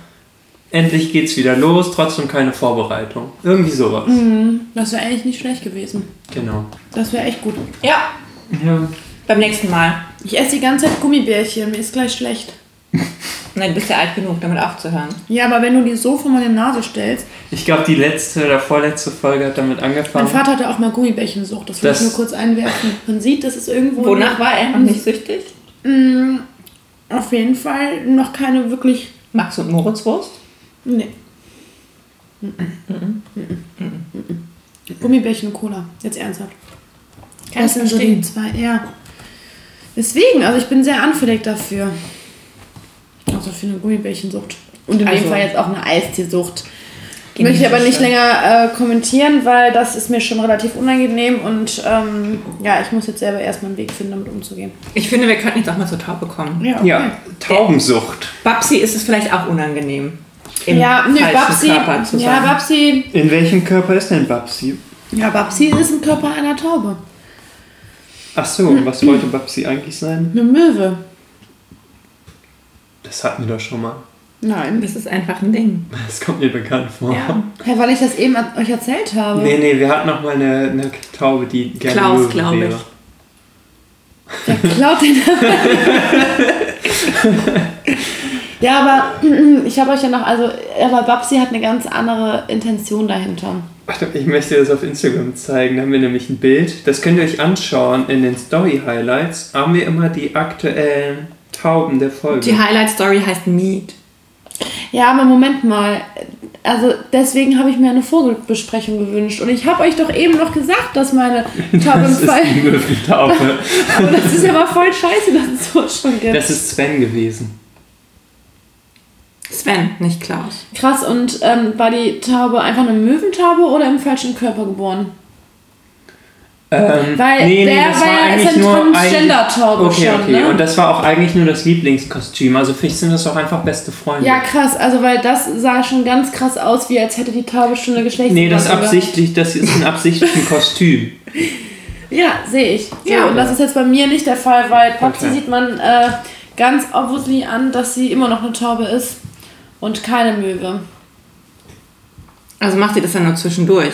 Endlich geht's wieder los, trotzdem keine Vorbereitung. Irgendwie sowas. Mhm. Das wäre eigentlich nicht schlecht gewesen. Genau. Das wäre echt gut. Ja, Ja. beim nächsten Mal. Ich esse die ganze Zeit Gummibärchen, mir ist gleich schlecht. Nein, du bist ja alt genug, damit aufzuhören. Ja, aber wenn du die so vor meine Nase stellst, Ich glaube, die letzte oder vorletzte Folge hat damit mein angefangen. Vater hatte auch mal Gummibärchensucht, das will Das- ich nur kurz einwerfen. Man sieht, das ist irgendwo Wonach war er noch nicht süchtig? auf jeden Fall noch keine wirklich. Max und Moritz Wurst? Nee. Gummibärchen und Cola, jetzt ernsthaft. Kann das ich sind so die verstehen. zwei, ja. Deswegen, also ich bin sehr anfällig dafür. Also für eine Gummibärchensucht. Und in Also- dem Fall jetzt auch eine Eistiersucht. Genieß Möchte ich aber es nicht schön. länger äh, kommentieren, weil das ist mir schon relativ unangenehm und ähm, ja, ich muss jetzt selber erstmal einen Weg finden, damit umzugehen. Ich finde, wir könnten jetzt auch mal zur Taube kommen. Ja, okay. Ja, Taubensucht. Babsi ist es vielleicht auch unangenehm. Im Ja, nee, falschen Babsi, Körper zu ja, sein. Babsi, In welchem Körper ist denn Babsi? ja, Babsi ist im Körper einer Taube. Ach Hm. so, was wollte Babsi eigentlich sein? Eine Möwe. Das hatten wir doch schon mal. Nein. Das ist einfach ein Ding. Das kommt mir bekannt vor. Ja. Hä, weil ich das eben an- euch erzählt habe. Nee, nee, wir hatten noch mal eine, eine Taube, die gerne Klaus, Möwe glaub ich. wäre. Der klaut den. ja, aber ich habe euch ja noch, also, aber Babsi hat eine ganz andere Intention dahinter. Warte, ich möchte das auf Instagram zeigen. Da haben wir nämlich ein Bild. Das könnt ihr euch anschauen in den Story-Highlights. Haben wir immer die aktuellen Tauben der Folge. Die Highlight Story heißt Meat. Ja, aber Moment mal. Also deswegen habe ich mir eine Vogelbesprechung gewünscht. Und ich habe euch doch eben noch gesagt, dass meine Taube im das ist Fall. die Möwe-Taube. Aber das ist ja mal voll scheiße, dass es sowas schon gibt. Das ist Sven gewesen. Sven, nicht Klaus. Krass, und ähm, war die Taube einfach eine Möwentaube oder im falschen Körper geboren? Ähm, Weil der war ja- ist ein Transgender-Taube Okay, schon, okay. ne? Und das war auch eigentlich nur das Lieblingskostüm. Also vielleicht sind das auch einfach beste Freunde. Ja, krass, also weil das sah schon ganz krass aus, wie als hätte die Taube schon eine Geschlechtskrankheit. Nee, das ist absichtlich, das ist ein absichtliches Kostüm. Ja, sehe ich. So, Ja. Und das ist jetzt bei mir nicht der Fall, weil Popsi Okay. sieht man äh, ganz obviously an, dass sie immer noch eine Taube ist und keine Möwe. Also macht sie das dann nur zwischendurch.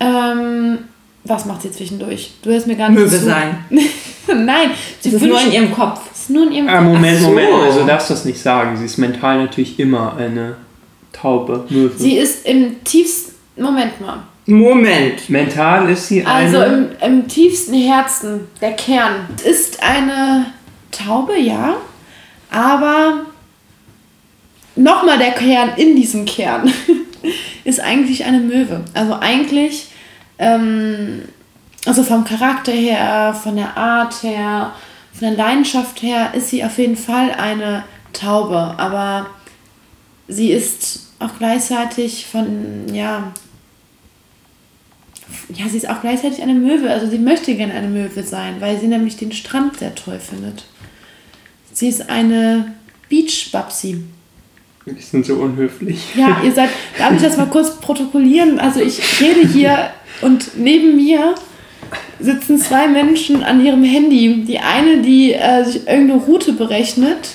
Ähm, was macht sie zwischendurch? Du hörst mir gar nicht Möwe zu. sein. Nein, sie Das ist nur in wünscht- ihrem Kopf. es ist nur in ihrem Ah, Moment, Ach so. Moment, also du darfst das nicht sagen. Sie ist mental natürlich immer eine Taube, Möwe. Sie ist im tiefsten. Moment mal. Moment. mental ist sie Also eine... im, im tiefsten Herzen, der Kern. Es ist eine Taube, ja. Aber nochmal der Kern in diesem Kern ist eigentlich eine Möwe. Also eigentlich, ähm, also vom Charakter her, von der Art her, von der Leidenschaft her, ist sie auf jeden Fall eine Taube. Aber sie ist auch gleichzeitig von, ja, ja, sie ist auch gleichzeitig eine Möwe. Also sie möchte gerne eine Möwe sein, weil sie nämlich den Strand sehr toll findet. Sie ist eine Beach-Babsi. Die sind so unhöflich. Ja, ihr seid, darf ich das mal kurz protokollieren? Also ich rede hier und neben mir sitzen zwei Menschen an ihrem Handy. Die eine, die äh, sich irgendeine Route berechnet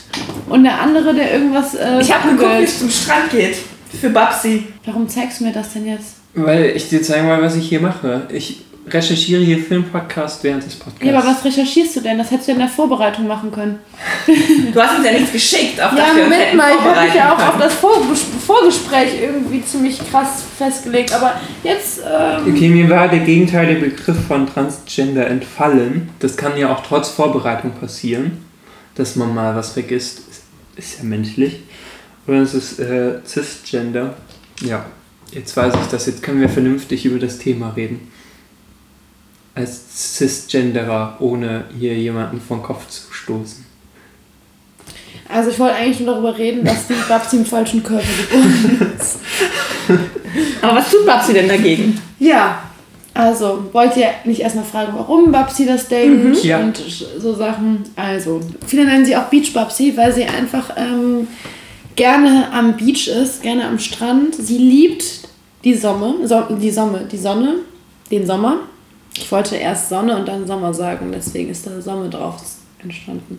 und der andere, der irgendwas... Äh, Ich habe geguckt, wie googelt. es zum Strand geht. Für Babsi. Warum zeigst du mir das denn jetzt? Weil ich dir zeigen will, was ich hier mache. Ich recherchiere hier Filmpodcast während des Podcasts. Ja, aber was recherchierst du denn? Das hättest du in der Vorbereitung machen können. Du hast uns ja nichts geschickt, auf Ja, das wir uns Moment hätten mal, ich habe mich vorbereiten ja auch können. auf das Vor Vorgespräch irgendwie ziemlich krass festgelegt, aber jetzt, ähm, Okay, mir war der gegenteilige Begriff von Transgender entfallen. Das kann ja auch trotz Vorbereitung passieren, dass man mal was vergisst. Ist- Ist ja menschlich. Oder es ist äh, Cisgender. Ja, jetzt weiß ich das. Jetzt können wir vernünftig über das Thema reden. Als Cisgenderer, ohne hier jemanden vom Kopf zu stoßen. also ich wollte eigentlich nur darüber reden, dass die Babsi im falschen Körper geboren ist. Aber was tut Babsi denn dagegen? Ja, also wollt ihr nicht erstmal fragen, warum Babsi das denkt Ja. und so Sachen. Also, viele nennen sie auch Beach Babsi, weil sie einfach ähm, gerne am Beach ist, gerne am Strand. Sie liebt die Sonne, so, die Sonne, die Sonne, den Sommer. Ich wollte erst Sonne und dann Sommer sagen, deswegen ist da Sonne drauf entstanden.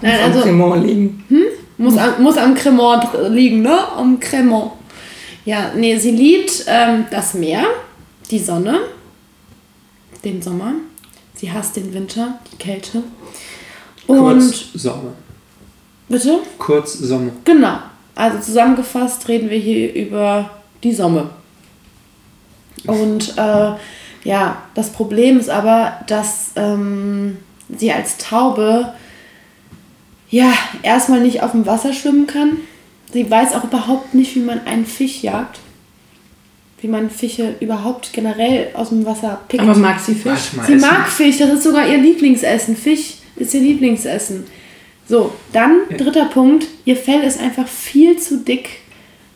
Nein, also Simon liegen. muss am, muss am Cremant dr- liegen, ne? Am Cremant. Ja, nee, sie liebt ähm, das Meer, die Sonne, den Sommer. Sie hasst den Winter, die Kälte. Und, Kurz Sommer. bitte? Kurz Sommer. Genau. Also zusammengefasst reden wir hier über die Somme. Und äh, ja, das Problem ist aber, dass ähm, sie als Taube ja erstmal nicht auf dem Wasser schwimmen kann. Sie weiß auch überhaupt nicht, wie man einen Fisch jagt. Wie man Fische überhaupt generell aus dem Wasser pickt. Aber mag sie Fisch? Warte mal, Sie essen. mag Fisch, das ist sogar ihr Lieblingsessen. Fisch ist ihr Lieblingsessen. So, dann dritter Punkt. Ihr Fell ist einfach viel zu dick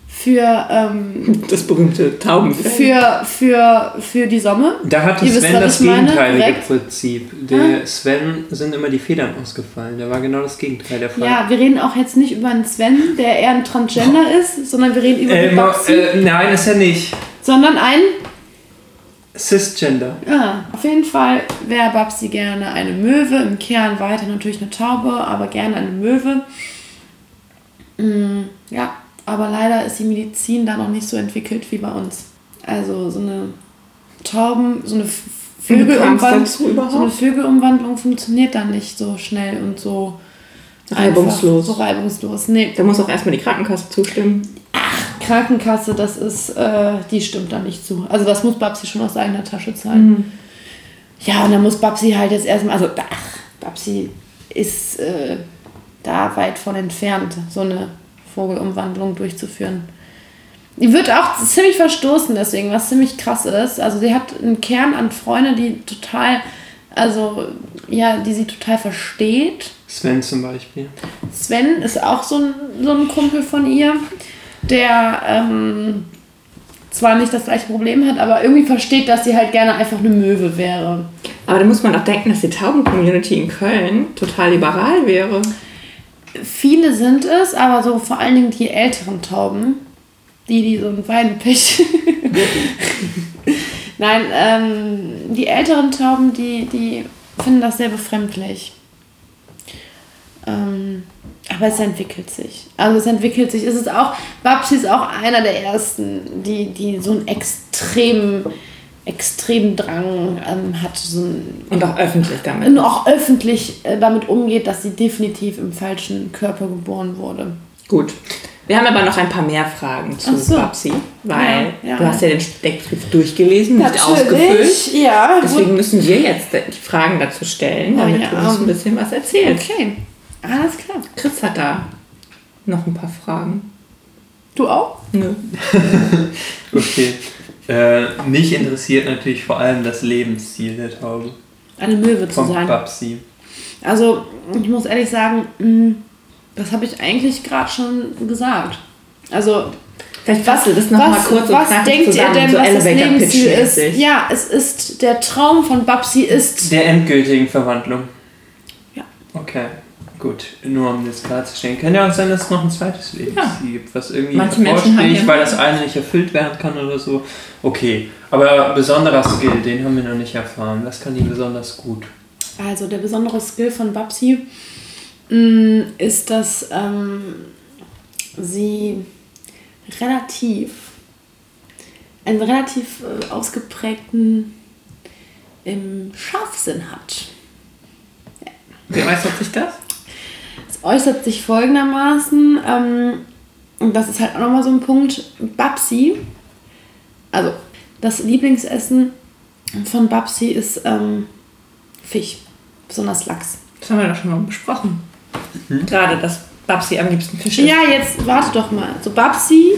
für, ähm, Das berühmte Taubenfell. für, für, für die Sonne. Oh. Da hatte Ihr wisst, Sven was das ich meine, gegenteilige korrekt? Ah. Prinzip. Der Sven sind immer die Federn ausgefallen. Da war genau das Gegenteil der Fall. Ja, wir reden auch jetzt nicht über einen Sven, der eher ein Transgender ist, sondern wir reden über Äh, die ma- Babsi, äh, nein, ist er nicht. sondern einen, Cisgender. ja, auf jeden Fall wäre Babsi gerne eine Möwe, im Kern weiter natürlich eine Taube, aber gerne eine Möwe. Mm, Ja, aber leider ist die Medizin da noch nicht so entwickelt wie bei uns. Also so eine Tauben, so eine F- Und wie kam's Vögelumwandlung, dazu überhaupt? so eine Vögelumwandlung funktioniert dann nicht so schnell und so Reibungslos. einfach, So reibungslos. Nee, Da muss auch erstmal die Krankenkasse zustimmen. Krankenkasse, das ist, äh, die stimmt da nicht zu. Also das muss Babsi schon aus eigener Tasche zahlen. Ja, und dann muss Babsi halt jetzt erstmal, also ach, Babsi ist äh, da weit von entfernt, so eine Vogelumwandlung durchzuführen. Die wird auch ziemlich verstoßen deswegen, was ziemlich krass ist. Also sie hat einen Kern an Freunde, die total, also ja, die sie total versteht. Sven zum Beispiel. Sven ist auch so ein, so ein Kumpel von ihr, der ähm, zwar nicht das gleiche Problem hat, aber irgendwie versteht, dass sie halt gerne einfach eine Möwe wäre. Aber da muss man doch denken, dass die Tauben-Community in Köln total liberal wäre. Viele sind es, aber so vor allen Dingen die älteren Tauben, die, die so ein Weidenpech. Nein, ähm, die älteren Tauben, die, die finden das sehr befremdlich. Ähm, aber es entwickelt sich. Also es entwickelt sich. Es ist auch, Babsi ist auch einer der ersten, die, die so einen extremen, extremen Drang ähm, hat. So einen, Und auch öffentlich damit. und auch öffentlich äh, damit umgeht, dass sie definitiv im falschen Körper geboren wurde. Gut. Wir haben aber noch ein paar mehr Fragen zu Ach so. Babsi, weil Ja, ja. du hast ja den Steckbrief durchgelesen, nicht ausgefüllt. Ja, Deswegen müssen wir jetzt die Fragen dazu stellen, Oh, damit ja. du uns ein bisschen was erzählst. Okay, alles klar. Chris hat da noch ein paar Fragen. Du auch? Nö. Okay. Äh, mich interessiert natürlich vor allem das Lebensziel der Taube. Eine Möwe zu Von sein. Babsi. Also, ich muss ehrlich sagen, mh, das habe ich eigentlich gerade schon gesagt. Also, Vielleicht fasst du das nochmal kurz und was knackig denkt zusammen, ihr denn, so was das Elevator Pitch Lebensziel ist? mäßig. Ja, es ist, der Traum von Babsi ist... Der endgültigen Verwandlung. Ja. Okay. Gut, nur um das klar zu stellen. Kann ja auch sein, dass es noch ein zweites Leben Ja. gibt, was irgendwie Manche Menschen haben hervorsticht, ja- weil das eine nicht erfüllt werden kann oder so. Okay, aber besonderer Skill, den haben wir noch nicht erfahren. Was kann die besonders gut? Also, der besondere Skill von Babsi mh, ist, dass ähm, sie relativ, einen relativ äh, ausgeprägten ähm, Scharfsinn hat. Wie äußert sich das? Es äußert sich folgendermaßen, ähm, und das ist halt auch nochmal so ein Punkt, Babsi, also das Lieblingsessen von Babsi ist ähm, Fisch, besonders Lachs. Das haben wir doch schon mal besprochen. Gerade, dass Babsi am liebsten Fisch ist. Ja, jetzt warte doch mal. So, Babsi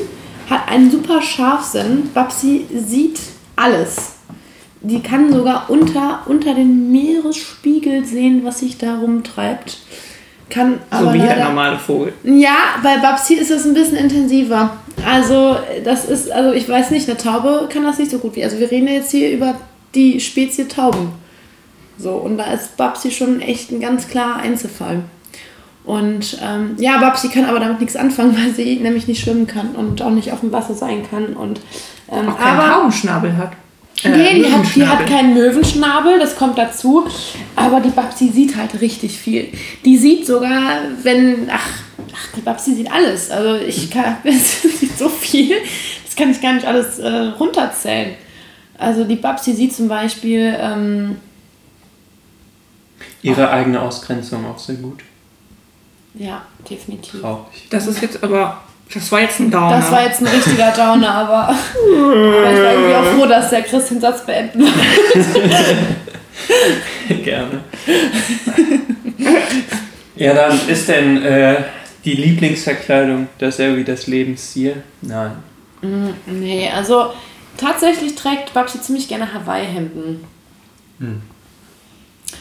hat einen super Scharfsinn. Babsi sieht alles. Die kann sogar unter, unter den Meeresspiegel sehen, was sich da rumtreibt. Kann so aber wie der leider- normale Vogel. Ja, bei Babsi ist das ein bisschen intensiver. Also, das ist, also ich weiß nicht, eine Taube kann das nicht so gut wie. Also, wir reden ja jetzt hier über die Spezie Tauben. So, und da ist Babsi schon echt ein ganz klarer Einzelfall. Und ähm, ja, Babsi kann aber damit nichts anfangen, weil sie nämlich nicht schwimmen kann und auch nicht auf dem Wasser sein kann. Und, ähm, Auch keinen aber Taubenschnabel hat. Äh, nee, die hat, die hat Möwenschnabel. keinen Möwenschnabel, das kommt dazu. Aber die Babsi sieht halt richtig viel. Die sieht sogar, wenn. Ach, ach die Babsi sieht alles. Also ich kann. Sie sieht so viel, das kann ich gar nicht alles äh, runterzählen. Also die Babsi sieht zum Beispiel. Ähm, Ihre eigene Ausgrenzung auch sehr gut. ja, definitiv. Traurig. Das ist jetzt aber. Das war jetzt ein Downer. Das war jetzt ein richtiger Downer, aber, aber ich war irgendwie auch froh, dass der Chris den Satz beenden hat. Gerne. ja, dann ist denn äh, die Lieblingsverkleidung dasselbe wie das Lebensziel? Nein. Nee, also tatsächlich trägt Babsi ziemlich gerne Hawaii-Hemden. Hm.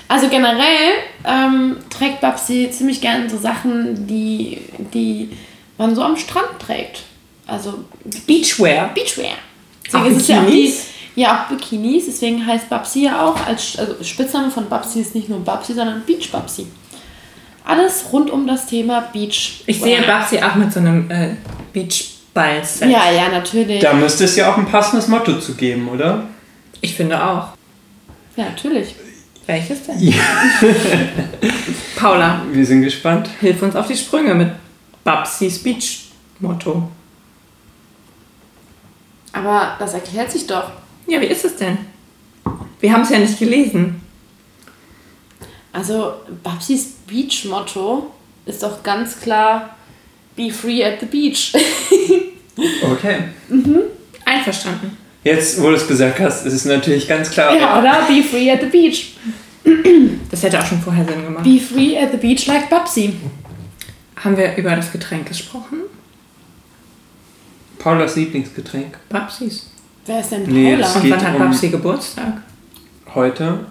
Also generell ähm, trägt Babsi ziemlich gerne so Sachen, die, die man so am Strand trägt. Also Beachwear. Beachwear. Auch Deswegen ist es ja auch die, Bikinis? ja, auch Bikinis. Deswegen heißt Babsi ja auch, als also Spitzname von Babsi ist nicht nur Babsi, sondern Beach Babsi. Alles rund um das Thema Beach. Ich sehe Babsi auch mit so einem äh, Beachball-Set. Ja, ja, natürlich. Da müsste es ja auch ein passendes Motto zu geben, oder? Ich finde auch. Ja, natürlich. Welches denn? Paula, Wir sind gespannt. hilf uns auf die Sprünge mit Babsis Beach-Motto. Aber das erklärt sich doch. Ja, wie ist es denn? Wir haben es ja nicht gelesen. Also Babsis Beach-Motto ist doch ganz klar Be free at the beach. Okay. Einverstanden. Jetzt, wo du es gesagt hast, ist es natürlich ganz klar. ja, oder? Be free at the beach. Das hätte auch schon vorher Sinn gemacht. Be free at the beach like Babsi. Haben wir über das Getränk gesprochen? Paulas Lieblingsgetränk Babsis. Wer ist denn Nee, Paula? das- Und Geht wann hat um- Babsi Geburtstag? heute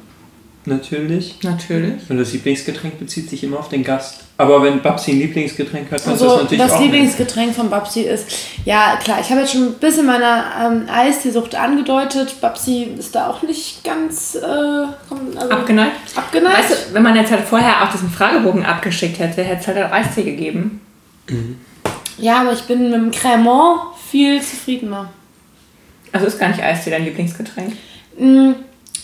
natürlich. Natürlich. Und das Lieblingsgetränk bezieht sich immer auf den Gast. Aber wenn Babsi ein Lieblingsgetränk hat, dann ist das also das, natürlich auch. Lieblingsgetränk von Babsi ist, ja klar, ich habe jetzt schon ein bisschen meine ähm, Eisteesucht angedeutet. Babsi ist da auch nicht ganz äh, komm, also Abgeneigt? Weißt abgeneigt. du, wenn man jetzt halt vorher auch diesen Fragebogen abgeschickt hätte, hätte es halt auch Eistee gegeben. Ja, aber ich bin mit dem Cremant viel zufriedener. Also ist gar nicht Eistee dein Lieblingsgetränk. mh, Mm,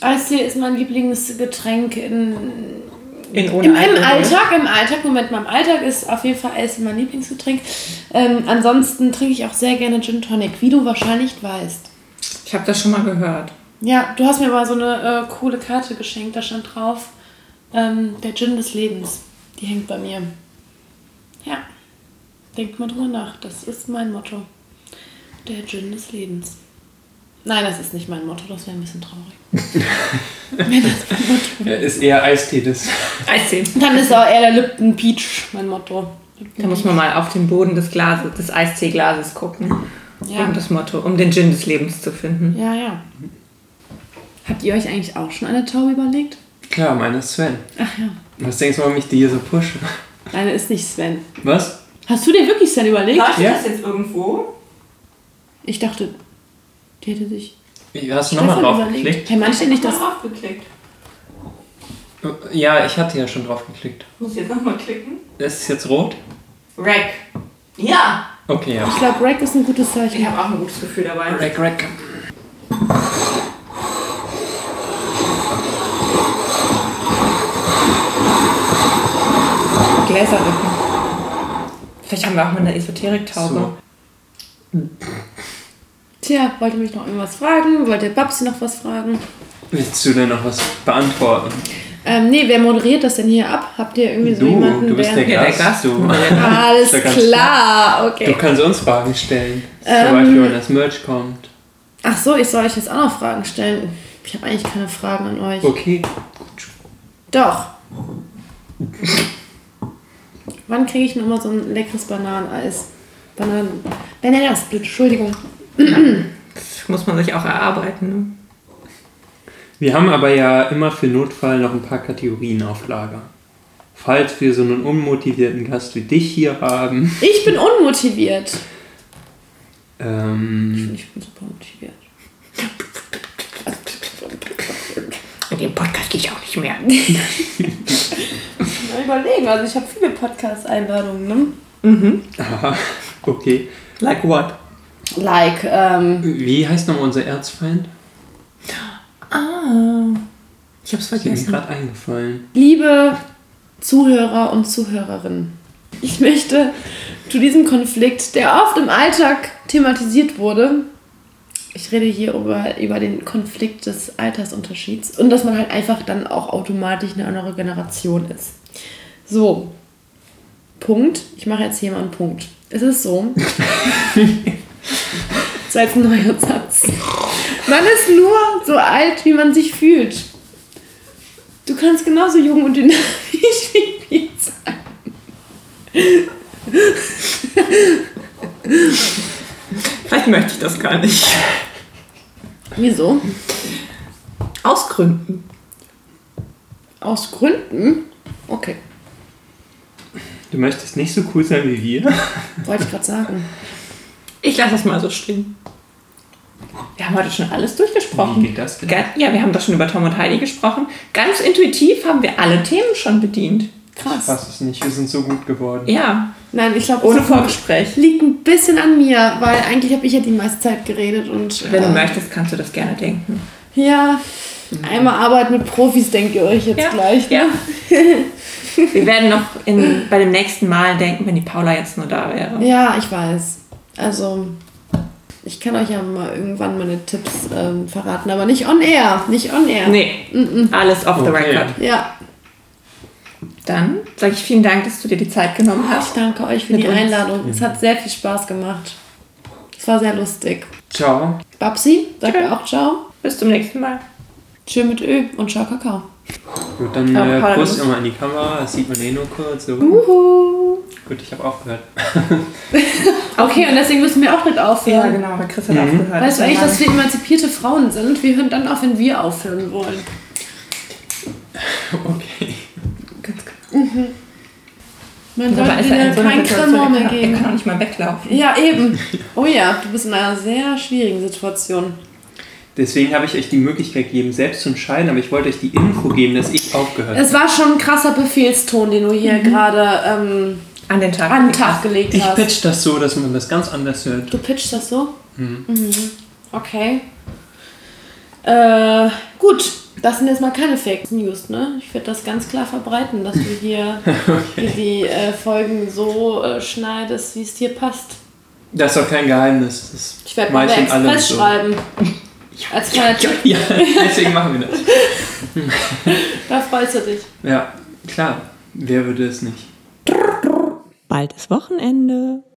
Eistee ist mein Lieblingsgetränk in, In ohne im, im Alkohol. Alltag. Im Alltag, Moment mal, im Alltag ist auf jeden Fall Eistee mein Lieblingsgetränk. Ähm, ansonsten trinke ich auch sehr gerne Gin Tonic, wie du wahrscheinlich weißt. Ich habe das schon mal gehört. Ja, du hast mir mal so eine äh, coole Karte geschenkt, da stand drauf, ähm, der Gin des Lebens. Die hängt bei mir. Ja, denkt mal drüber nach, das ist mein Motto. Der Gin des Lebens. Nein, das ist nicht mein Motto, das wäre ein bisschen traurig. Wenn das mein Motto Ja, ist eher Eistee das. Eistee. Dann ist auch eher der Lipton Peach mein Motto. Da muss man mal auf den Boden des, Glases, des Eisteeglases gucken. Ja. Um das Motto, um den Gin des Lebens zu finden. ja, ja. Habt ihr euch eigentlich auch schon eine Taube überlegt? Klar, meine ist Sven. Ach ja. Was denkst du, warum ich die hier so pushe? Deine ist nicht Sven. Was? Hast du dir wirklich Sven überlegt? Läuft Ja. jetzt irgendwo? Ich dachte, die hätte sich Hast du nochmal drauf geklickt? Hey, manche nicht das. aufgeklickt. Ja, ich hatte ja schon drauf geklickt. Muss ich jetzt nochmal klicken? Ist es jetzt rot? Rack. Ja! Okay, ja. Ich glaube, Rack ist ein gutes Zeichen. Ich habe auch ein gutes Gefühl dabei. Rack, rack. Gläser rücken. Vielleicht haben wir auch mal eine Esoterik-Taube. So. Tja, wollt ihr mich noch irgendwas fragen? Wollt ihr Babsi noch was fragen? Willst du denn noch was beantworten? Ähm, nee, wer moderiert das denn hier ab? Habt ihr irgendwie so Du, jemanden, du bist der der... Ja, der Gast. Gast. du. Alles Ist ja ganz klar, okay. du kannst uns Fragen stellen. Ähm. Zum Beispiel, wenn das Merch kommt. Ach so, ich soll euch jetzt auch noch Fragen stellen. Ich habe eigentlich keine Fragen an euch. Okay. Doch. Wann kriege ich nochmal so ein leckeres Bananeneis? Bananen. Bananensplit, Entschuldigung. Das muss man sich auch erarbeiten. ne? Wir haben aber ja immer für Notfall noch ein paar Kategorien auf Lager. Falls wir so einen unmotivierten Gast wie dich hier haben. Ich bin unmotiviert. Ähm, Ich bin super motiviert. Ne? Den Podcast gehe ich auch nicht mehr. Mal überlegen, also ich habe viele Podcast-Einladungen, ne? aha, okay. Like what? Like, ähm, Wie heißt nochmal unser Erzfeind? Ah. Ich hab's Ist mir vergessen. gerade eingefallen. Liebe Zuhörer und Zuhörerinnen, ich möchte zu diesem Konflikt, der oft im Alltag thematisiert wurde, ich rede hier über, über den Konflikt des Altersunterschieds und dass man halt einfach dann auch automatisch eine andere Generation ist. So, Punkt. Ich mache jetzt hier mal einen Punkt. Es ist so. Das war jetzt ein neuer Satz. Man ist nur so alt, wie man sich fühlt. Du kannst genauso jung und dynamisch wie wir sein. Vielleicht möchte ich das gar nicht. Wieso? Aus Gründen. Aus Gründen? Okay, Du möchtest nicht so cool sein wie wir? wollte ich gerade sagen. Ich lasse das mal so stehen. Wir haben heute schon alles durchgesprochen. Wie geht das denn? Ga- Ja, wir haben doch schon über Tom und Heidi gesprochen. Ganz intuitiv haben wir alle Themen schon bedient. Krass. Passt es nicht, wir sind so gut geworden. Ja, Nein, ich glaube, ohne ohne Vorgespräch. liegt ein bisschen an mir, weil eigentlich habe ich ja die meiste Zeit geredet und. Wenn du äh, möchtest, kannst du das gerne denken. Ja, einmal Arbeit mit Profis, denkt ihr euch jetzt gleich. ne? Ja. wir werden noch in, bei dem nächsten Mal denken, wenn die Paula jetzt nur da wäre. Ja, ich weiß. Also, ich kann euch ja mal irgendwann meine Tipps ähm, verraten, aber nicht on air. Nicht on air. Nee, alles off the Okay. record. Ja, Dann sage ich vielen Dank, dass du dir die Zeit genommen ich hast. danke euch für Mit die uns. Einladung. Es hat sehr viel Spaß gemacht. Es war sehr lustig. Ciao. Babsi, sagt Tschö. mir auch Ciao. Bis zum nächsten Mal. Tschö mit Ö und Ciao Kakao. Gut, dann Aber äh, Paula, du Prost musst- immer in die Kamera, das sieht man eh nur kurz. So. Uhu. Gut, ich habe aufgehört. Okay, und deswegen müssen wir auch mit aufhören. genau. Weil Chris hat aufgehört. Weißt du eigentlich, dass wir emanzipierte Frauen sind? Wir hören dann auf, wenn wir aufhören wollen. Okay. Man Aber sollte ist ja dir in so einer kein Situation, Kramor er mehr kann, er geben. kann auch nicht mal weglaufen. Ja, eben. Oh ja, du bist in einer sehr schwierigen Situation. Deswegen habe ich euch die Möglichkeit gegeben, selbst zu entscheiden, aber ich wollte euch die Info geben, dass ich aufgehört habe. Es war schon ein krasser Befehlston, den du hier gerade ähm, An den Tag. an den Tag gelegt Ich hast. pitch das so, dass man das ganz anders hört. Du pitchst das so? Mhm. Okay. Äh, gut, das sind jetzt mal keine Fake News, ne? Ich werde das ganz klar verbreiten, dass du hier die- die äh, Folgen so äh, schneidest, wie es dir passt. Das ist doch kein Geheimnis. Das Ich werde mal der in allem Express schreiben. Als kleiner Ja, Tipp, ja, deswegen machen wir das. da freust du dich. Ja, klar. Wer würde es nicht? Bald ist Wochenende.